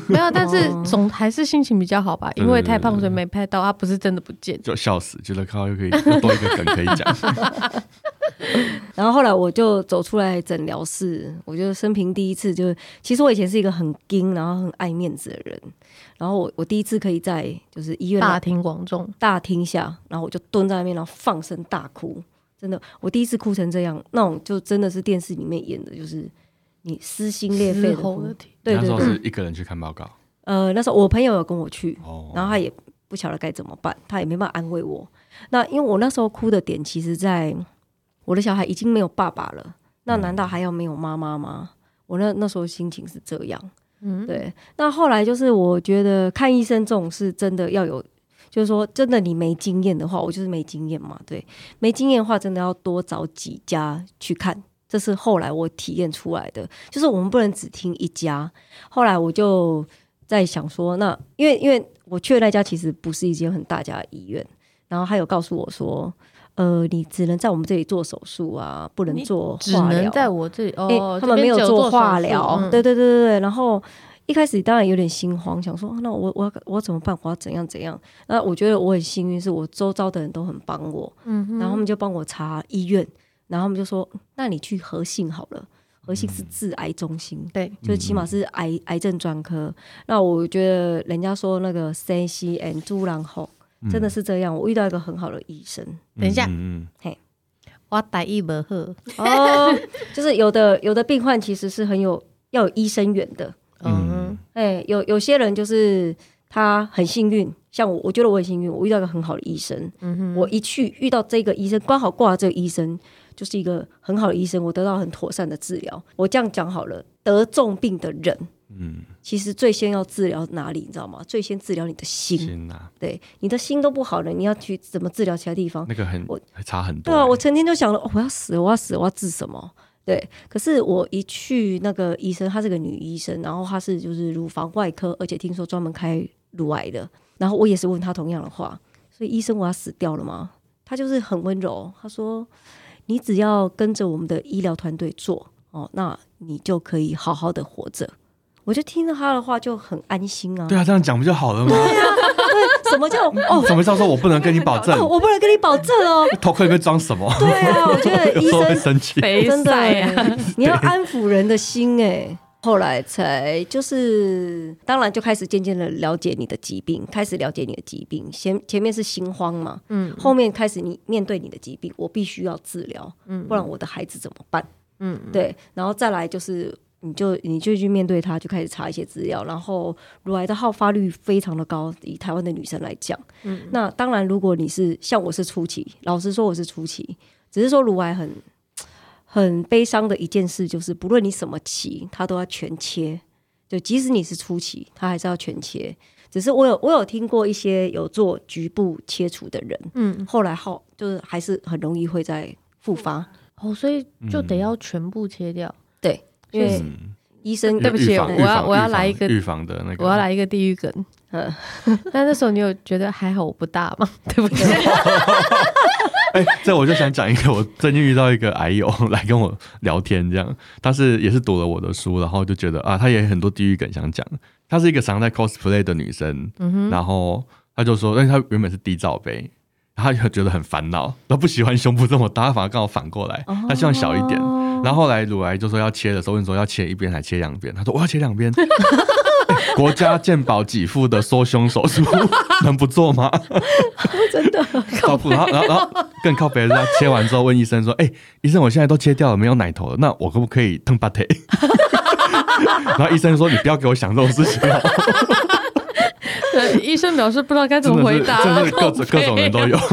Speaker 2: 没有，但是
Speaker 4: 哦
Speaker 2: 总还是心情比较好吧，因为太胖所以没拍到，他啊不是真的不见。
Speaker 1: 就笑死，觉得靠又可以又多一个梗可以讲。
Speaker 4: 然后后来我就走出来诊疗室，我就生平第一次就是，其实我以前是一个很硬，然后很爱面子的人，然后我我第一次可以在就是医院的
Speaker 2: 大庭广众，
Speaker 4: 大厅下，然后我就蹲在那边，然后放声大哭，真的，我第一次哭成这样，那种就真的是电视里面演的，就是你撕心裂肺
Speaker 2: 嘶
Speaker 4: 的
Speaker 2: 吼
Speaker 4: 哭
Speaker 2: 的。听
Speaker 4: 对
Speaker 1: 那
Speaker 4: 对
Speaker 1: 时候
Speaker 4: 对，
Speaker 1: 是一个人去看报告，
Speaker 4: 呃，那时候我朋友有跟我去，
Speaker 1: 哦，
Speaker 4: 然后他也不晓得该怎么办，他也没办法安慰我。那因为我那时候哭的点，其实在我的小孩已经没有爸爸了，那难道还要没有妈妈吗？我那那时候心情是这样。
Speaker 2: 嗯，
Speaker 4: 对，那后来就是我觉得看医生这种事真的要有，就是说真的你没经验的话，我就是没经验嘛，对，没经验的话真的要多找几家去看，这是后来我体验出来的，就是我们不能只听一家。后来我就在想说，那因为因为我去的那家其实不是一间很大家的医院，然后他有告诉我说。呃，你只能在我们这里做手术啊，不能
Speaker 2: 你
Speaker 4: 做
Speaker 2: 只
Speaker 4: 化疗啊
Speaker 2: 能在我这里
Speaker 4: 诶，
Speaker 2: 哦，
Speaker 4: 他们
Speaker 2: 这
Speaker 4: 没
Speaker 2: 边只
Speaker 4: 做
Speaker 2: 做
Speaker 4: 化
Speaker 2: 手术
Speaker 4: 疗，
Speaker 2: 嗯
Speaker 4: 对对对对对。然后一开始当然有点心慌，想说、啊那我我要我要怎么办？我要怎样怎样？那我觉得我很幸运，是我周遭的人都很帮我，
Speaker 2: 嗯哼，
Speaker 4: 然后他们就帮我查医院，然后他们就说，那你去和信好了，和信是治癌中心，
Speaker 2: 对，
Speaker 4: 就是起码是癌癌症专科。那我觉得人家说那个 C C N 朱兰红真的是这样，我遇到一个很好的 医生，
Speaker 2: 等一下
Speaker 1: 嗯
Speaker 2: 我百亿不喝，
Speaker 4: 哦，就是有的有的病患其实是很有要有医生缘的，
Speaker 2: 嗯，
Speaker 4: 哎、有有些人就是他很幸运，像我，我觉得我很幸运，我遇到一个很好的医生，
Speaker 2: 嗯哼，
Speaker 4: 我一去遇到这个医生，刚好挂了这个医生，就是一个很好的医生，我得到很妥善的治疗。我这样讲好了，得重病的人，
Speaker 1: 嗯，
Speaker 4: 其实最先要治疗哪里，你知道吗？最先治疗你的心，
Speaker 1: 天哪，
Speaker 4: 对，你的心都不好了，你要去怎么治疗其他地方？
Speaker 1: 那个很
Speaker 4: 我
Speaker 1: 还差很多
Speaker 4: 对
Speaker 1: 欸。
Speaker 4: 啊，我成天就想了，哦我要死了，我要死了，我要治什么？对，可是我一去那个医生，她是个女医生，然后她是就是乳房外科，而且听说专门开乳癌的。然后我也是问她同样的话，所以医生我要死掉了吗？她就是很温柔，她说你只要跟着我们的医疗团队做哦，那你就可以好好的活着。我就听了她的话就很安心啊。
Speaker 1: 对啊，这样讲不就好了吗？
Speaker 4: 什么叫哦
Speaker 1: 怎么叫做我不能跟你保证
Speaker 4: 哦？？我不能跟你保证哦。
Speaker 1: 头盔里面装什么？
Speaker 4: 对啊，我觉 得医
Speaker 1: 有时候会
Speaker 4: 生
Speaker 1: 生气。
Speaker 2: 肥
Speaker 4: 真的
Speaker 2: 塞
Speaker 4: 欸、
Speaker 2: 啊，
Speaker 4: 你要安抚人的心哎、后来才就是，当然就开始渐渐的了解你的疾病，开始了解你的疾病。前前面是心慌嘛，
Speaker 2: 嗯
Speaker 4: 后面开始你面对你的疾病，我必须要治疗，
Speaker 2: 嗯
Speaker 4: 不然我的孩子怎么办？
Speaker 2: 嗯，
Speaker 4: 对，然后再来就是，你就你就去面对它，就开始查一些资料。然后乳癌的好发率非常的高，以台湾的女生来讲，
Speaker 2: 嗯
Speaker 4: 那当然如果你是像我是初期，老实说我是初期，只是说乳癌很很悲伤的一件事，就是不论你什么期，它都要全切。就即使你是初期，它还是要全切。只是我有我有听过一些有做局部切除的人，
Speaker 2: 嗯，
Speaker 4: 后来后就是还是很容易会再复发，
Speaker 2: 哦，所以就得要全部切掉，
Speaker 4: 因为
Speaker 1: 嗯
Speaker 4: 医生
Speaker 2: 对不起
Speaker 1: 预防
Speaker 2: 我要
Speaker 1: 预防
Speaker 2: 我要
Speaker 1: 预防
Speaker 2: 来一个
Speaker 1: 预防的那个，
Speaker 2: 我要来一个地狱梗。
Speaker 4: 嗯
Speaker 2: 那那时候你有觉得还好我不大吗？ 对不起，
Speaker 1: 哎，这我就想讲一个，我最近遇到一个癌友来跟我聊天，这样，他是也是读了我的书，然后就觉得啊，他也很多地狱梗想讲。她是一个常在 cosplay 的女生，然后她就说，但是她原本是低罩杯，她就觉得很烦恼，她不喜欢胸部这么大，她反而刚好反过来，她希望小一点。然后后来乳癌就说要切的时候，问说要切一边还切两边，她说我要切两边。哎国家健保给付的缩胸手术能不做吗？
Speaker 4: 真的。
Speaker 1: 靠谱。然后，然后，然后更靠北的是，他切完之后问医生说：“哎、医生，我现在都切掉了，没有奶头了，那我可不可以烫 b 腿？” 然后医生说：“你不要给我想这种事情哦，
Speaker 2: 对医生表示不知道该怎
Speaker 1: 真
Speaker 2: 么
Speaker 1: 的
Speaker 2: 回
Speaker 1: 是，
Speaker 2: 答，啊
Speaker 1: 真的是各种
Speaker 2: 靠
Speaker 1: 各
Speaker 2: 背
Speaker 1: 种人都有。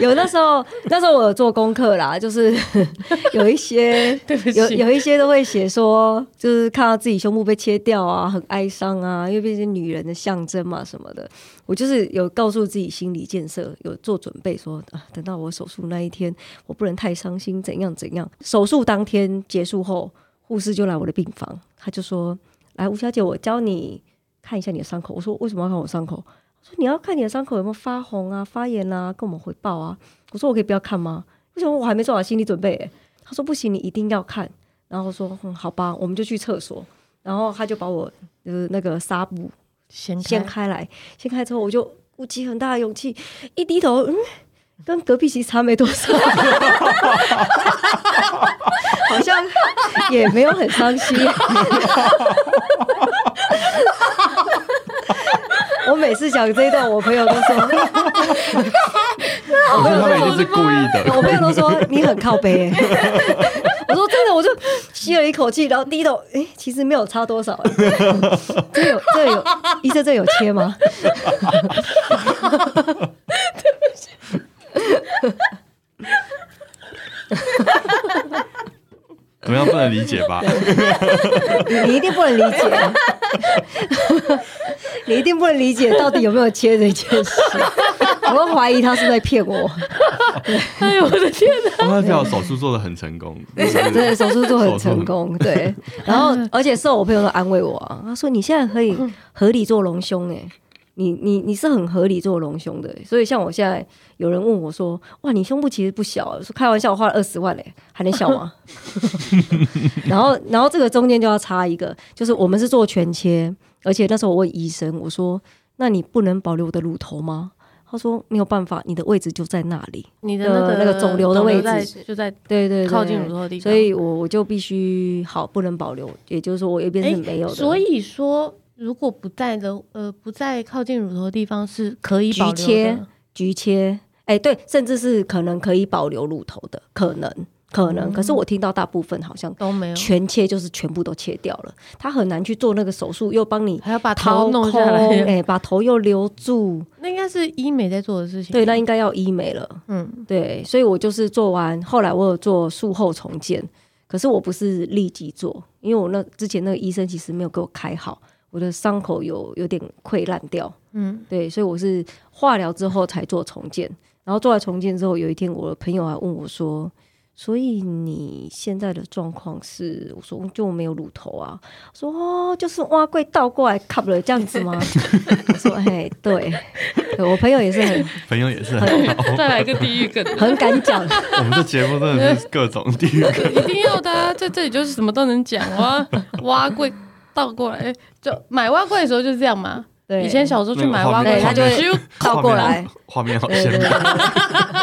Speaker 4: 有那时候，那时候我有做功课啦，就是 有一些
Speaker 2: 对不起
Speaker 4: 有有一些都会写说，就是看到自己胸部被切掉啊，很哀伤啊，因为毕竟是女人的象征嘛什么的。我就是有告诉自己心理建设，有做准备说啊，等到我手术那一天，我不能太伤心，怎样怎样。手术当天结束后，护士就来我的病房，他就说：“来，吴小姐，我教你看一下你的伤口。”我说：“为什么要看我伤口？”说你要看你的伤口有没有发红啊、发炎啊，跟我们汇报啊。我说我可以不要看吗？为什么我还没做好心理准备、欸？他说不行，你一定要看。然后我说嗯，好吧，我们就去厕所。然后他就把我就是那个纱布
Speaker 2: 掀
Speaker 4: 掀
Speaker 2: 开，
Speaker 4: 开来，掀开之后我就鼓起很大的勇气，一低头，嗯，跟隔壁其实差没 多少，好像也没有很 伤心。我每次讲这一段，我朋友都 说，
Speaker 1: 我觉 得他们一定是故意
Speaker 4: 我朋
Speaker 1: 的。
Speaker 4: 友都说你很靠背、欸。 我说真的，我就吸了一口气，然后低头，哎、其实没有差多少、欸。这有这有医生这有切吗？
Speaker 1: 怎么样不能理解吧？
Speaker 4: 你你一定不能理解，啊 你一定不能理解到底有没有切这件事。我会怀疑他是在骗我，
Speaker 2: 哎呦我的天哪！
Speaker 1: 我发现手术做的很成功，
Speaker 4: 真的手术做很成功，对。然后，而且是我朋友都安慰我啊，他说你现在可以
Speaker 2: 嗯
Speaker 4: 合理做隆胸哎、你你你是很合理做隆胸的欸、所以像我现在有人问我说，哇，你胸部其实不小、啊，我说开玩笑，我花了二十万嘞、欸还能小吗？ 然后，然后这个中间就要插一个，就是我们是做全切，而且那时候我问医生，我说：“那你不能保留我的乳头吗？”他说没有办法，你的位置就在那里。
Speaker 2: 你的那个
Speaker 4: 呃那个肿瘤的位置
Speaker 2: 肿在就在
Speaker 4: 对对对，
Speaker 2: 靠近乳头的地方，
Speaker 4: 所以我我就必须好不能保留，也就是说我一边是没有的，
Speaker 2: 哎所以说如果不在的呃不在靠近乳头的地方是可以保留
Speaker 4: 局切
Speaker 2: 的，
Speaker 4: 局切，哎、对，甚至是可能可以保留乳头的，可能可
Speaker 2: 嗯
Speaker 4: 能，可是我听到大部分好像
Speaker 2: 都没有，
Speaker 4: 全切就是全部都切掉了，他很难去做那个手术，又帮你
Speaker 2: 还要把
Speaker 4: 掏
Speaker 2: 头弄
Speaker 4: 空，
Speaker 2: 下来，
Speaker 4: 哎、把头又留住，
Speaker 2: 那应该是医美在做的事情。
Speaker 4: 对，那应该要医美了，
Speaker 2: 嗯，
Speaker 4: 对，所以我就是做完，后来我有做术后重建，可是我不是立即做，因为我那之前那个医生其实没有给我开好，我的伤口有有点溃烂掉，
Speaker 2: 嗯，
Speaker 4: 对，所以我是化疗之后才做重建，然后做完重建之后，有一天我的朋友还问我说。所以你现在的状况是，我说就没有乳头啊，说哦，就是挖柜倒过来 cup 了这样子吗？ 我说嘿，对，对我朋友也是很
Speaker 1: 朋友也是很好。
Speaker 2: 再来一个地狱梗，
Speaker 4: 哦很敢讲，
Speaker 1: 我们这节目真的是各种地狱 梗，
Speaker 2: 一定要的、啊，在这里就是什么都能讲哇， 挖柜倒过来，就买挖柜的时候就是这样嘛。
Speaker 4: 对，
Speaker 2: 以前小时候去买挖
Speaker 4: 对
Speaker 2: 柜，
Speaker 4: 他就会
Speaker 2: 咻
Speaker 4: 倒过来，
Speaker 1: 画面好
Speaker 4: 对
Speaker 1: 鲜
Speaker 4: 对
Speaker 1: 明，
Speaker 4: 对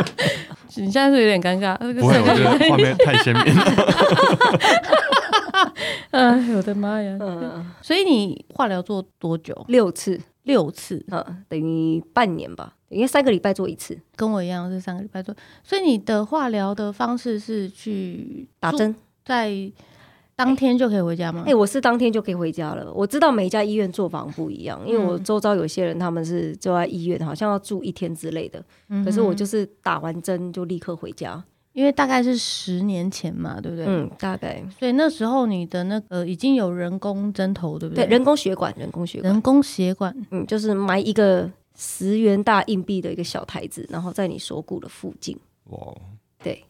Speaker 2: 你现在是有点尴尬，
Speaker 1: 不会，我觉 得画面太鲜明了。
Speaker 2: 哎，我的妈呀！
Speaker 4: 嗯，
Speaker 2: 所以你化疗做多久？
Speaker 4: 六次，
Speaker 2: 六次，
Speaker 4: 嗯，等于半年吧，因为三个礼拜做一次
Speaker 2: 跟我一样是三个礼拜做。所以你的化疗的方式是去
Speaker 4: 打
Speaker 2: 住，
Speaker 4: 针。
Speaker 2: 在当天就可以回家吗？
Speaker 4: 哎、我是当天就可以回家了。我知道每一家医院做法不一样，因为我
Speaker 2: 嗯
Speaker 4: 周遭有些人他们是就在医院，好像要住一天之类的。
Speaker 2: 嗯哼
Speaker 4: 可是我就是打完针就立刻回家。
Speaker 2: 因为大概是十年前嘛，对不对？
Speaker 4: 嗯，大概
Speaker 2: 所以那时候你的那个呃已经有人工针头，对不
Speaker 4: 对
Speaker 2: 对？
Speaker 4: 人工血管，人工血管，
Speaker 2: 人工血管，
Speaker 4: 嗯，就是埋一个十元大硬币的一个小台子，然后在你锁骨的附近。
Speaker 1: 哇，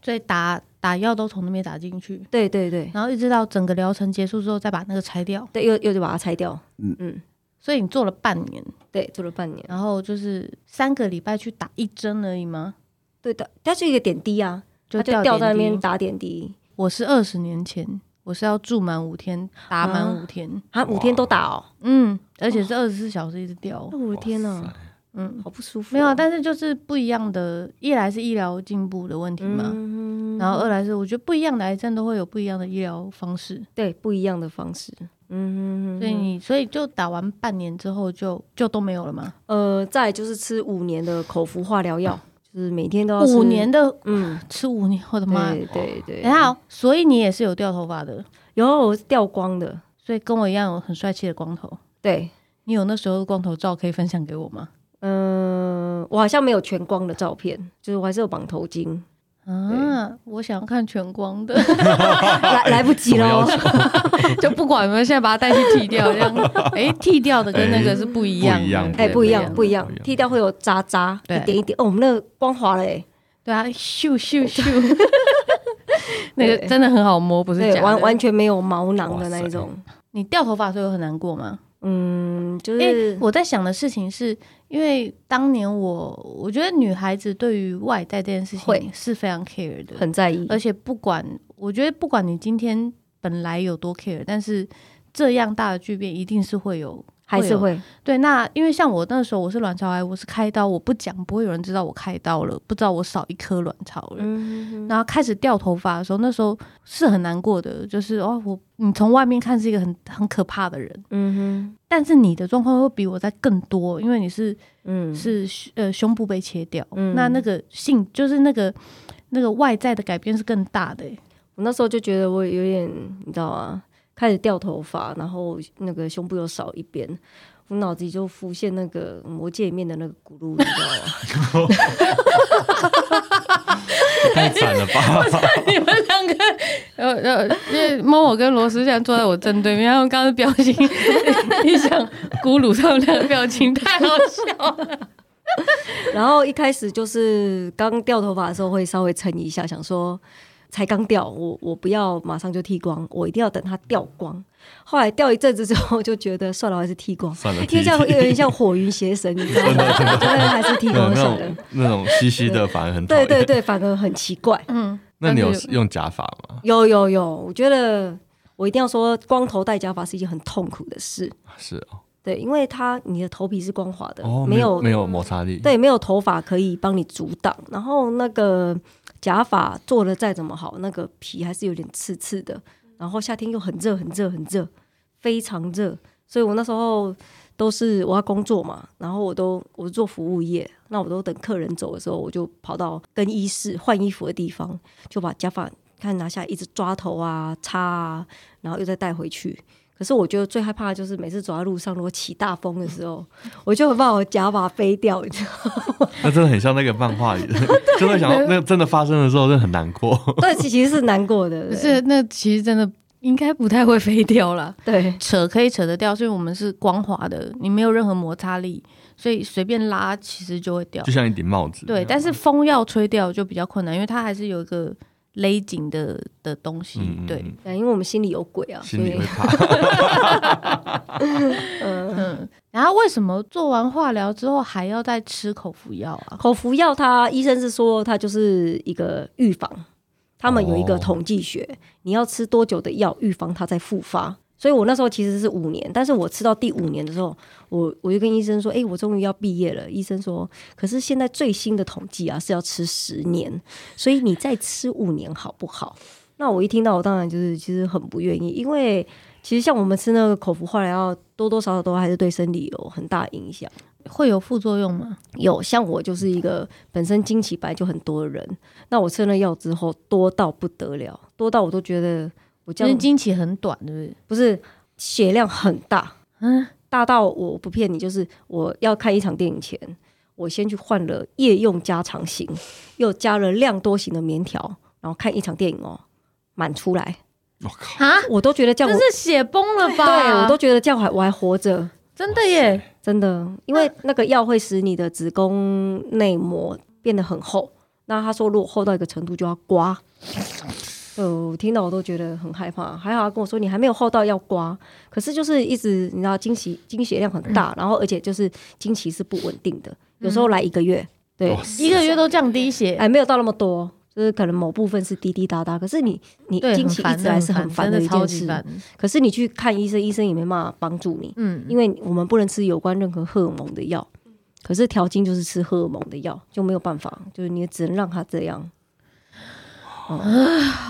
Speaker 2: 所以打打药都从那边打进去，
Speaker 4: 对对对
Speaker 2: 然后一直到整个疗程结束之后再把那个拆掉。
Speaker 4: 对，又又就把它拆掉。嗯
Speaker 2: 所以你做了半年，
Speaker 4: 对，做了半年。
Speaker 2: 然后就是三个礼拜去打一针而已吗？
Speaker 4: 对的，它是一个点滴啊，
Speaker 2: 就
Speaker 4: 它就掉在那
Speaker 2: 点
Speaker 4: 边
Speaker 2: 滴
Speaker 4: 打点滴，
Speaker 2: 我是二十年前，我是要住满五天，打满
Speaker 4: 啊
Speaker 2: 五天，
Speaker 4: 它五天都打哦。
Speaker 2: 嗯，而且是二十四小时一直掉，
Speaker 4: 哦我的天呐，
Speaker 2: 嗯，
Speaker 4: 好不舒服哦。
Speaker 2: 没有啊，但是就是不一样的，一来是医疗进步的问题嘛，
Speaker 4: 嗯
Speaker 2: 然后二来是我觉得不一样的癌症都会有不一样的医疗方式，
Speaker 4: 对不一样的方式，嗯，
Speaker 2: 所以你所以就打完半年之后就就都没有了嘛，
Speaker 4: 呃，再来就是吃五年的口服化疗药，哦就是每天都要吃
Speaker 2: 嗯五年，的
Speaker 4: 嗯，
Speaker 2: 吃五年，我的妈呀！
Speaker 4: 对对对，
Speaker 2: 等一下、哦，所以你也是有掉头发的，
Speaker 4: 有我是掉光的，
Speaker 2: 所以跟我一样有很帅气的光头，
Speaker 4: 对，
Speaker 2: 你有那时候的光头照可以分享给我吗？
Speaker 4: 嗯，我好像没有全光的照片，就是我还是有绑 头巾，
Speaker 2: 啊，我想要看全光的，
Speaker 4: 来来不及
Speaker 1: 什么
Speaker 4: 喽
Speaker 1: 要，求
Speaker 2: 就不管有没有，现在把它带去剃掉，这样，哎，剃掉的跟那个是不一样
Speaker 1: 哎不
Speaker 2: 的，
Speaker 1: 一样
Speaker 4: 哎，
Speaker 2: 对
Speaker 4: 不一样，不一
Speaker 1: 不
Speaker 4: 样
Speaker 1: 一，样
Speaker 4: 剃掉会有渣渣，
Speaker 2: 对
Speaker 4: 一点一点，哦，我们那个光滑了哎，
Speaker 2: 对啊，咻咻 咻，那个
Speaker 4: 对
Speaker 2: 真的很好摸，不是假
Speaker 4: 对，
Speaker 2: 的
Speaker 4: 完完全没有毛囊的那一
Speaker 1: 哇塞
Speaker 4: 种，
Speaker 2: 你掉头发的时候有很难过吗？
Speaker 4: 嗯，就
Speaker 2: 因为
Speaker 4: 是
Speaker 2: 我在想的事情是，因为当年我我觉得女孩子对于外在这件事
Speaker 4: 会
Speaker 2: 情是非常 care 的，
Speaker 4: 很在意，
Speaker 2: 而且不管，我觉得不管你今天本来有多 care，但是这样大的巨变一定是会有。
Speaker 4: 还是
Speaker 2: 有
Speaker 4: 会，
Speaker 2: 对，那因为像我那时候我是卵巢癌，我是开刀，我不讲不会有人知道我开刀了，不知道我少一颗卵巢了。
Speaker 4: 嗯，
Speaker 2: 然后开始掉头发的时候，那时候是很难过的，就是哦，我你从外面看是一个很很可怕的人，
Speaker 4: 嗯
Speaker 2: 但是你的状况会比我在更多，因为你是
Speaker 4: 哼，嗯，
Speaker 2: 是胸呃胸部被切掉，
Speaker 4: 嗯
Speaker 2: 那那个性就是那个那个外在的改变是更大的欸、
Speaker 4: 我那时候就觉得我有点，你知道啊，开始掉头发，然后那个胸部又少一边，我脑子里就浮现那个《魔戒》里面的那个咕噜，你知道吗？
Speaker 1: 太惨了吧？
Speaker 2: 你们两个，呃呃，因为猫我跟罗斯现在坐在我正对面，他们刚刚的表情， 一想咕噜他们俩的表情太好笑了。
Speaker 4: 然后一开始就是刚掉头发的时候会稍微撑一下，想说才刚掉，我我不要马上就剃光，我一定要等它掉光。后来掉一阵子之后，就觉得算了，我还是剃光。
Speaker 1: 算了，
Speaker 4: 因为这样有
Speaker 1: 提
Speaker 4: 点像火云邪神，你知道吗？我觉得还是剃
Speaker 1: 对
Speaker 4: 光
Speaker 1: 那
Speaker 4: 算了
Speaker 1: 种。那种稀稀的反而很讨
Speaker 4: 对
Speaker 1: 厌。
Speaker 4: 对对，反而很奇怪。
Speaker 2: 嗯，
Speaker 1: 那你有
Speaker 2: 但是
Speaker 1: 用假发吗？
Speaker 4: 有有有，我觉得我一定要说，光头戴假发是一件很痛苦的事。
Speaker 1: 是哦，
Speaker 4: 对，因为它你的头皮是光滑的，
Speaker 1: 哦，
Speaker 4: 没
Speaker 1: 有
Speaker 4: 有
Speaker 1: 没有摩擦力，，
Speaker 4: 对，没有头发可以帮你阻挡。然后那个假发做的再怎么好，那个皮还是有点刺刺的。然后夏天又很热，很热，很热，非常热。所以我那时候都是我要工作嘛，然后我都我做服务业，那我都等客人走的时候，我就跑到更衣室换衣服的地方，就把假发看拿下来，一直抓头啊、擦啊，然后又再带回去。可是我觉得最害怕的就是每次走在路上，如果起大风的时候，我就很怕我假发飞掉，你知道吗
Speaker 1: 那真的很像那个漫画里的，真的想要那真的发生的时候，真的很难 过。
Speaker 4: 对，其其实是难过的，
Speaker 2: 可 是那其实真的应该不太会飞掉 啦。
Speaker 4: 对
Speaker 2: 扯可以扯得掉，所以我们是光滑的，你没有任何摩擦力，所以随便拉其实就会掉
Speaker 1: 就。像一顶帽子，
Speaker 2: 对，但是风要吹掉就比较困难，因为它还是有一个勒紧的的东西。
Speaker 1: 嗯，嗯
Speaker 2: 对，，
Speaker 1: 嗯
Speaker 4: 对，因为我们心里有鬼啊，所
Speaker 1: 心里
Speaker 4: 以
Speaker 1: 会怕。
Speaker 4: 嗯，
Speaker 2: 嗯。然后为什么做完化疗之后还要再吃口服药啊？
Speaker 4: 口服药它医生是说它就是一个预防，他们有一个
Speaker 1: 哦
Speaker 4: 统计学，你要吃多久的药预防它再复发。所以我那时候其实是五年，但是我吃到第五年的时候，我我就跟医生说：“哎、我终于要毕业了。”医生说：“可是现在最新的统计啊是要吃十年，所以你再吃五年好不好？”那我一听到，我当然就是其实很不愿意，因为其实像我们吃那个口服化疗药，多多少少都还是对生理有很大影响。
Speaker 2: 会有副作用吗？
Speaker 4: 有像我就是一个本身经期白就很多的人，那我吃了药之后多到不得了，多到我都觉得我这
Speaker 2: 就是
Speaker 4: 样
Speaker 2: 经期很短，对不对？
Speaker 4: 不是血量很大，
Speaker 2: 嗯，
Speaker 4: 大到我不骗你，就是我要看一场电影前，我先去换了夜用加长型，又加了量多型的棉条，然后看一场电影哦，满出来，
Speaker 1: 我靠，
Speaker 2: 啊，
Speaker 4: 我都觉得这
Speaker 2: 这
Speaker 4: 样我
Speaker 2: 是血崩了吧？
Speaker 4: 对我都觉得这样我还我还活着，
Speaker 2: 真的耶，
Speaker 4: 真的，因为那个药会使你的子宫内膜变得很厚。那他说，如果厚到一个程度就要刮。
Speaker 2: 嗯
Speaker 4: 呃，我听到我都觉得很害怕。还好他跟我说你还没有厚到要刮，可是就是一直你知道经期经血量很
Speaker 2: 嗯
Speaker 4: 大，然后而且就是经期是不稳定的，有时候来一个
Speaker 2: 嗯
Speaker 4: 月，对
Speaker 1: 哇，
Speaker 2: 一个月都降低血，
Speaker 4: 哎没有到那么多，就是可能某部分是滴滴答答，可是你你
Speaker 2: 对，
Speaker 4: 经
Speaker 2: 很
Speaker 4: 期一
Speaker 2: 烦
Speaker 4: 直来是很烦
Speaker 2: 真的
Speaker 4: 一
Speaker 2: 超
Speaker 4: 件
Speaker 2: 级
Speaker 4: 事，
Speaker 2: 烦。
Speaker 4: 可是你去看医生，医生也没办法帮助你，
Speaker 2: 嗯，
Speaker 4: 因为我们不能吃有关任何荷尔蒙的药，可是调经就是吃荷尔蒙的药，就没有办法，就是你只能让它这样。
Speaker 2: 好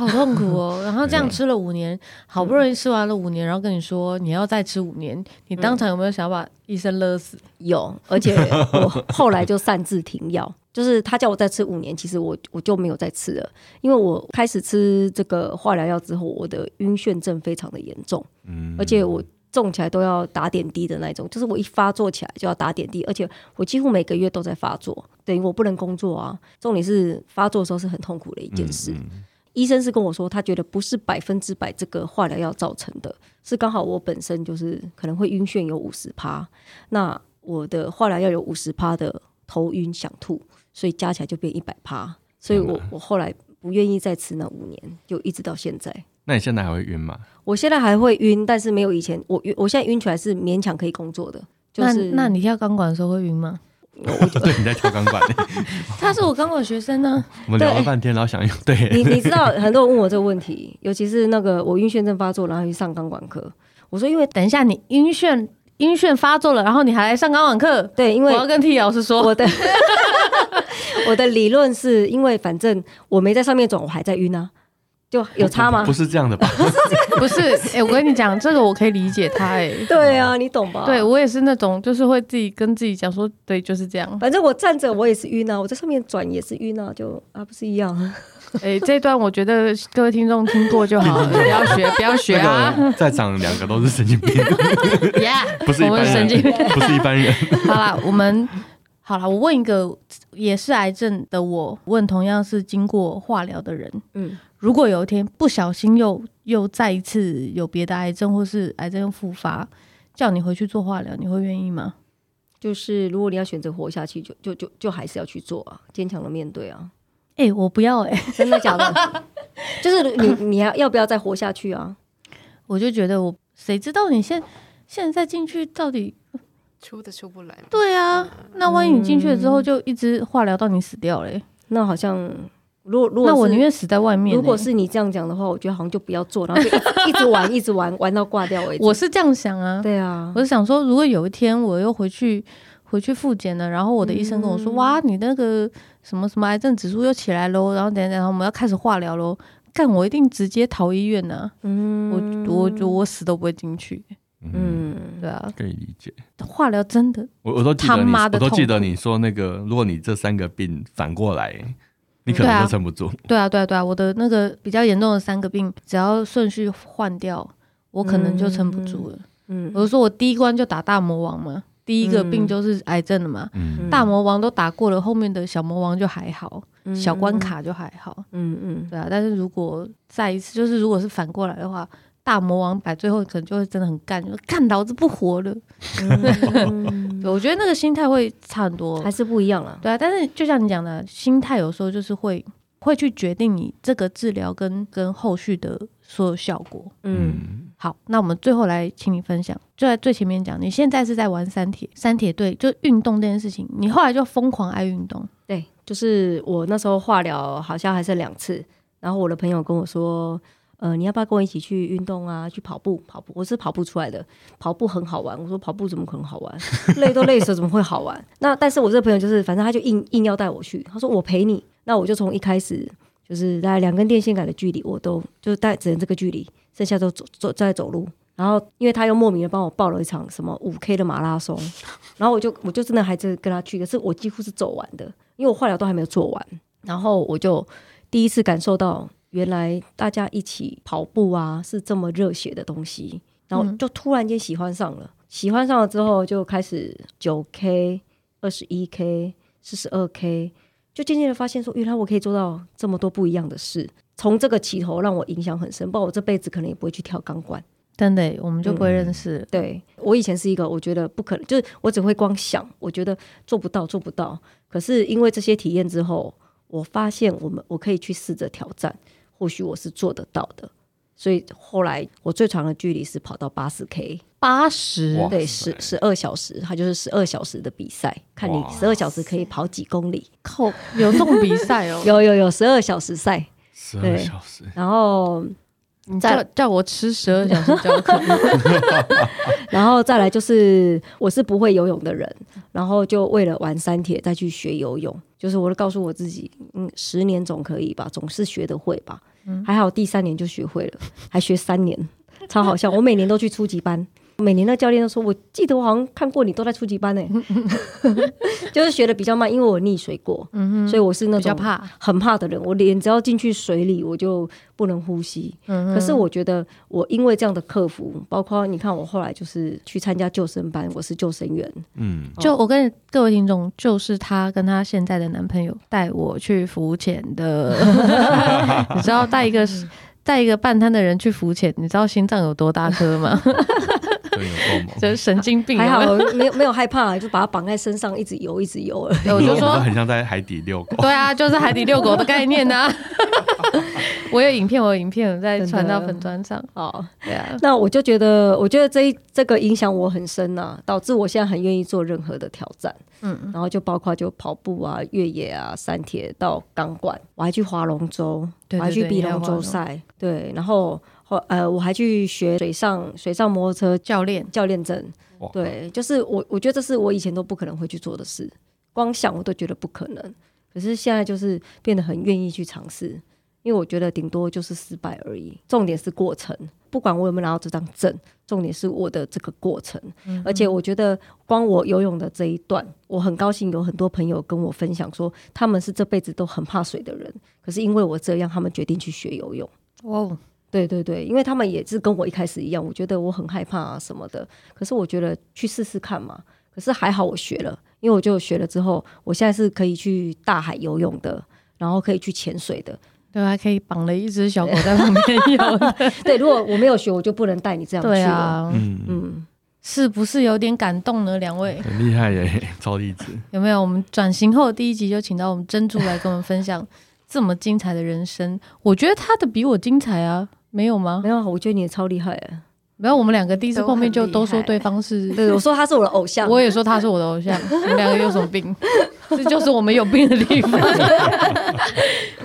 Speaker 2: 痛苦 哦。然后这样
Speaker 1: 对
Speaker 2: 吃了五年，好
Speaker 4: 嗯
Speaker 2: 不容易吃完了五年，然后跟你说你要再吃五年，你
Speaker 4: 嗯
Speaker 2: 当场有没有想把医生勒死？
Speaker 4: 有，而且 我后来就擅自停药，就是他叫我再吃五年，其实我我就没有再吃了，因为我开始吃这个化疗药之后，我的晕眩症非常的严重，
Speaker 1: 嗯
Speaker 4: 而且我重起来都要打点滴的那种，就是我一发作起来就要打点滴，而且我几乎每个月都在发作，等于我不能工作啊。重点是发作的时候是很痛苦的一件事。
Speaker 1: 嗯嗯
Speaker 4: 医生是跟我说，他觉得不是百分之百这个化疗药造成的，是刚好我本身就是可能会晕眩有五十趴，那我的化疗药有五十趴的头晕想吐，所以加起来就变一百趴，所以我
Speaker 1: 天哪
Speaker 4: 我后来不愿意再吃那五年，就一直到现在。
Speaker 1: 那你现在还会晕吗？
Speaker 4: 我现在还会晕，但是没有以前我晕，我现在晕起来是勉强可以工作的，就是
Speaker 2: 那那你跳钢管的时候会晕吗？
Speaker 1: 对，你在跳钢管，
Speaker 2: 他是我钢管学生啊呢，
Speaker 1: 我们聊了半天，然后想一对，
Speaker 4: 你你知道很多人问我这个问题， 尤其是那个我晕眩症发作，然后去上钢管科，我说因为
Speaker 2: 等一下你晕眩晕眩发作了，然后你还来上钢管课，
Speaker 4: 对，因
Speaker 2: 我
Speaker 4: 为
Speaker 2: 要跟 T 老师说，
Speaker 4: 我的 我的理论是因为反正我没在上面转，我还在晕啊，就有差吗
Speaker 1: 不？是这样的吧？
Speaker 2: 不是， 哎、我跟你讲，这个我可以理解他、哎，
Speaker 4: 对啊，你懂吧？
Speaker 2: 对，我也是那种，就是会自己跟自己讲说，对，就是这 样。
Speaker 4: 反正我站着我也是晕啊，我在上面转也是晕啊，就啊不是一样？
Speaker 2: 哎、这段我觉得各位听众听过就好 了，不要学，不要学啊
Speaker 1: 那个在场两个都是神经病，
Speaker 2: ，Yeah，
Speaker 1: 不是一
Speaker 2: 我
Speaker 1: 般
Speaker 2: 们神
Speaker 1: 人
Speaker 2: 经，病。
Speaker 1: 不是一般人。
Speaker 2: 好啦，我们好啦，我问一个也是癌症的我，问同样是经过化疗的人，
Speaker 4: 嗯，
Speaker 2: 如果有一天不小心又又再一次有别的癌症，或是癌症又复发，叫你回去做化疗，你会愿意吗？
Speaker 4: 就是如果你要选择活下去，就就就就还是要去做啊，坚强的面对啊，
Speaker 2: 哎、我不要哎、
Speaker 4: 真的假的？就是你你还要不要再活下去啊？
Speaker 2: 我就觉得我谁知道你现现在进去到底
Speaker 3: 出都出不来嘛。
Speaker 2: 嗯对啊？那万一你进去了之后就一直化疗到你死掉嘞、
Speaker 4: 那好像如果如果
Speaker 2: 那我
Speaker 4: 是
Speaker 2: 宁愿死在外面欸、
Speaker 4: 如果是你这样讲的话，我觉得好像就不要做，然后就一直一直玩，一直玩，玩到挂掉为止。
Speaker 2: 我是这样想啊，
Speaker 4: 对啊
Speaker 2: 我，是想说，如果有一天我又回去回去复检了，然后我的医生跟我说，
Speaker 4: 嗯
Speaker 2: 哇，你那个什么什么癌症指数又起来喽，然后等等，然后我们要开始化疗喽，干我一定直接逃医院呐、
Speaker 4: 嗯
Speaker 2: 我我我死都不会进去，
Speaker 1: 嗯，
Speaker 4: 嗯，
Speaker 2: 对啊，
Speaker 1: 可以理解。
Speaker 2: 化疗真的
Speaker 1: 我我都记得
Speaker 2: 他
Speaker 1: 你，
Speaker 2: 妈
Speaker 1: 我
Speaker 2: 的
Speaker 1: 都记得
Speaker 2: 痛苦
Speaker 1: 你说那个，如果你这三个病反过来，你可
Speaker 2: 对
Speaker 1: 能
Speaker 2: 啊
Speaker 1: 就撑不住。
Speaker 2: 对啊，对啊，对啊，我的那个比较严重的三个病，只要顺序换掉，我可能就撑不住了。
Speaker 4: 嗯
Speaker 2: 我就说我第一关就打大魔王嘛，第一个病
Speaker 4: 嗯
Speaker 2: 就是癌症了嘛，
Speaker 1: 嗯，
Speaker 2: 大魔王都打过了，后面的小魔王就还好，小关，卡就还好，
Speaker 4: 嗯嗯
Speaker 2: 对啊。但是如果再一次，就是如果是反过来的话。大魔王摆最后可能就会真的很干，就干老子不活了。
Speaker 4: 嗯，
Speaker 2: 对，我觉得那个心态会差很多，
Speaker 4: 还是不一样啦。
Speaker 2: 对啊，但是就像你讲的，心态有时候就是会会去决定你这个治疗跟跟后续的所有效果。
Speaker 4: 嗯
Speaker 1: 嗯，
Speaker 2: 好，那我们最后来请你分享，就在最前面讲，你现在是在玩三铁，三铁对，就运动这件事情，你后来就疯狂爱运动，
Speaker 4: 对，就是我那时候化疗好像还剩两次，然后我的朋友跟我说，呃，你要不要跟我一起去运动啊？去跑步，跑步，我是跑步出来的，跑步很好玩。我说跑步怎么可能好玩？累都累死了，怎么会好玩？那但是我这个朋友就是，反正他就硬硬要带我去，他说我陪你，那我就从一开始就是大概两根电线杆的距离，我都就是带只能这个距离，剩下都走走在走路。然后，因为他又莫名的帮我报了一场什么五 K 的马拉松，然后我就我就真的还真跟他去，可是我几乎是走完的，因为我化疗都还没有做完，然后我就第一次感受到原来大家一起跑步啊是这么热血的东西，然后
Speaker 2: 嗯
Speaker 4: 就突然间喜欢上了，喜欢上了之后就开始九 K、二十一 K、四十二 K，就渐渐的发现说，原来我可以做到这么多不一样的事。从这个起头让我影响很深，不然我这辈子可能也不会去跳钢管。
Speaker 2: 真的，我们就不
Speaker 4: 嗯
Speaker 2: 会认识了。
Speaker 4: 对我以前是一个我觉得不可能，就是我只会光想，我觉得做不到，做不到。可是因为这些体验之后，我发现我们我可以去试着挑战，或许我是做得到的。所以后来我最长的距离是跑到八十 K，
Speaker 2: 八十、
Speaker 1: 哇
Speaker 4: 对，
Speaker 1: 塞
Speaker 4: 十十二小时，它就是十二小时的比赛，看你
Speaker 1: 哇
Speaker 4: 十二小时可以跑几公里。？
Speaker 2: 靠，有这种比赛哦
Speaker 4: 有有有，十二小时赛，
Speaker 1: 十二
Speaker 4: 对
Speaker 1: 小时，
Speaker 4: 然后
Speaker 2: 你叫叫我吃十二小时教 课，
Speaker 4: 然后再来就是我是不会游泳的人，然后就为了玩三铁再去学游泳，就是我都告诉我自己，嗯，十年总可以吧，总是学得会吧。还好第三年就学会了，还学三年， 超好笑。我每年都去初级班，每年那教练都说，我记得我好像看过你都在初级班呢、 就是学的比较慢，因为我溺水过，所以我是那
Speaker 2: 嗯比较
Speaker 4: 种
Speaker 2: 怕。
Speaker 4: 很怕的人，我脸只要进去水里，我就不能呼吸。
Speaker 2: 嗯
Speaker 4: 可是我觉得我因为这样的克服，包括你看我后来就是去参加救生班，我是救生员，
Speaker 1: 嗯，
Speaker 4: 哦
Speaker 2: 就我跟各位听众，就是她跟她现在的男朋友带我去浮潜的， 你知道带一个
Speaker 4: 嗯
Speaker 2: 带一个半瘫的人去浮潜，你知道心脏有多大颗吗？
Speaker 1: 对，有够猛。
Speaker 2: 就是神经病。
Speaker 4: 还好
Speaker 2: 有没有
Speaker 4: 没有没有害怕，就把它绑在身上，一直游一直游而已。
Speaker 2: 对我就
Speaker 1: 们都
Speaker 2: 说，
Speaker 1: 很像在海底遛狗。
Speaker 2: 对啊，就是海底遛狗的概念呐、啊。 我有影片，我有影片，我再传到粉砖上。
Speaker 4: 哦，
Speaker 2: 对啊，
Speaker 4: 那我就觉得，我觉得这一这个影响我很深呐、导致我现在很愿意做任何的挑战。
Speaker 2: 嗯，
Speaker 4: 然后就包括就跑步啊、越野啊、山铁到钢管，我还去划龙舟，
Speaker 2: 对对对
Speaker 4: 我还去比龙舟赛，对，然后后呃我还去学水上水上摩托车
Speaker 2: 教练，
Speaker 4: 教练证
Speaker 1: 哇，
Speaker 4: 对，就是我我觉得这是我以前都不可能会去做的事，光想我都觉得不可能，可是现在就是变得很愿意去尝试，因为我觉得顶多就是失败而已，重点是过程，不管我有没有拿到这张证，重点是我的这个过程，而且我觉得光我游泳的这一段，我很高兴有很多朋友跟我分享说，他们是这辈子都很怕水的人，可是因为我这样，他们决定去学游泳。
Speaker 2: 哇哦，
Speaker 4: 对对对，因为他们也是跟我一开始一样，我觉得我很害怕啊什么的。可是我觉得去试试看嘛。可是还好我学了，因为我就学了之后，我现在是可以去大海游泳的，然后可以去潜水的。
Speaker 2: 对啊，还可以绑了一只小狗在旁边 游。
Speaker 4: 对，如果我没有学，我就不能带你这样去了。
Speaker 2: 对啊，
Speaker 1: 嗯，
Speaker 4: 嗯，
Speaker 2: 是不是有点感动呢？两位？
Speaker 1: 很厉害耶， 超励志。
Speaker 2: 有没有？我们转型后的第一集就请到我们珍珠来跟我们分享这么精彩的人生。我觉得她的比我精彩啊，没有吗？
Speaker 4: 没有啊，我觉得你也超厉害、欸。
Speaker 2: 没没有，我们两个第一次
Speaker 3: 都
Speaker 2: 碰面
Speaker 3: 很
Speaker 2: 就
Speaker 3: 厉
Speaker 2: 都说
Speaker 3: 害
Speaker 2: 对方是
Speaker 4: 对，我说他是我的偶像，
Speaker 2: 我也说他是我的偶像，你们两个有什么病？这就是我们有病的地方，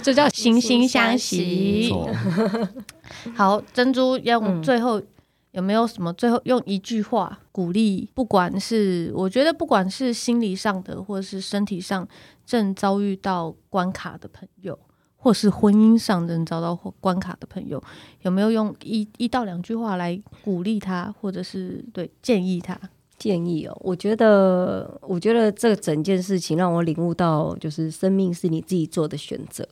Speaker 2: 这叫惺惺相惜。
Speaker 1: 错，
Speaker 2: 好，珍珠用
Speaker 4: 嗯
Speaker 2: 最后、有没有什么最后用一句话鼓励？不管是我觉得，不管是心理上的，或是身体上正遭遇到关卡的朋友，或是婚姻上正遭到关卡的朋友，有没有用一一到两句话来鼓励他，或者是对建议他？
Speaker 4: 建议哦，我觉得，我觉得这整件事情让我领悟到，就是生命是你自己做的选择，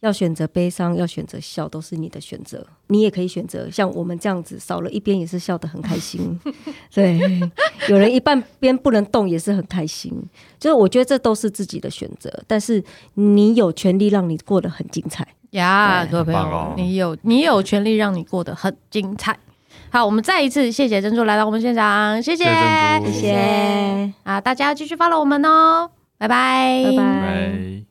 Speaker 4: 要选择悲伤，要选择笑，都是你的选择。你也可以选择像我们这样子，少了一边也是笑得很开 心。对，有人一半边不能动也是很开心。就是我觉得这都是自己的选择，但是你有权利让你过得很精彩。
Speaker 2: 呀，各位朋友，
Speaker 1: 很棒哦
Speaker 2: 你有你有权利让你过得很精彩。好，我们再一次谢谢珍珠来到我们现场，谢谢
Speaker 1: 谢谢珍珠
Speaker 4: 谢谢，
Speaker 2: 啊！大家继续 follow 我们哦，拜拜，
Speaker 4: 拜拜。
Speaker 1: 拜。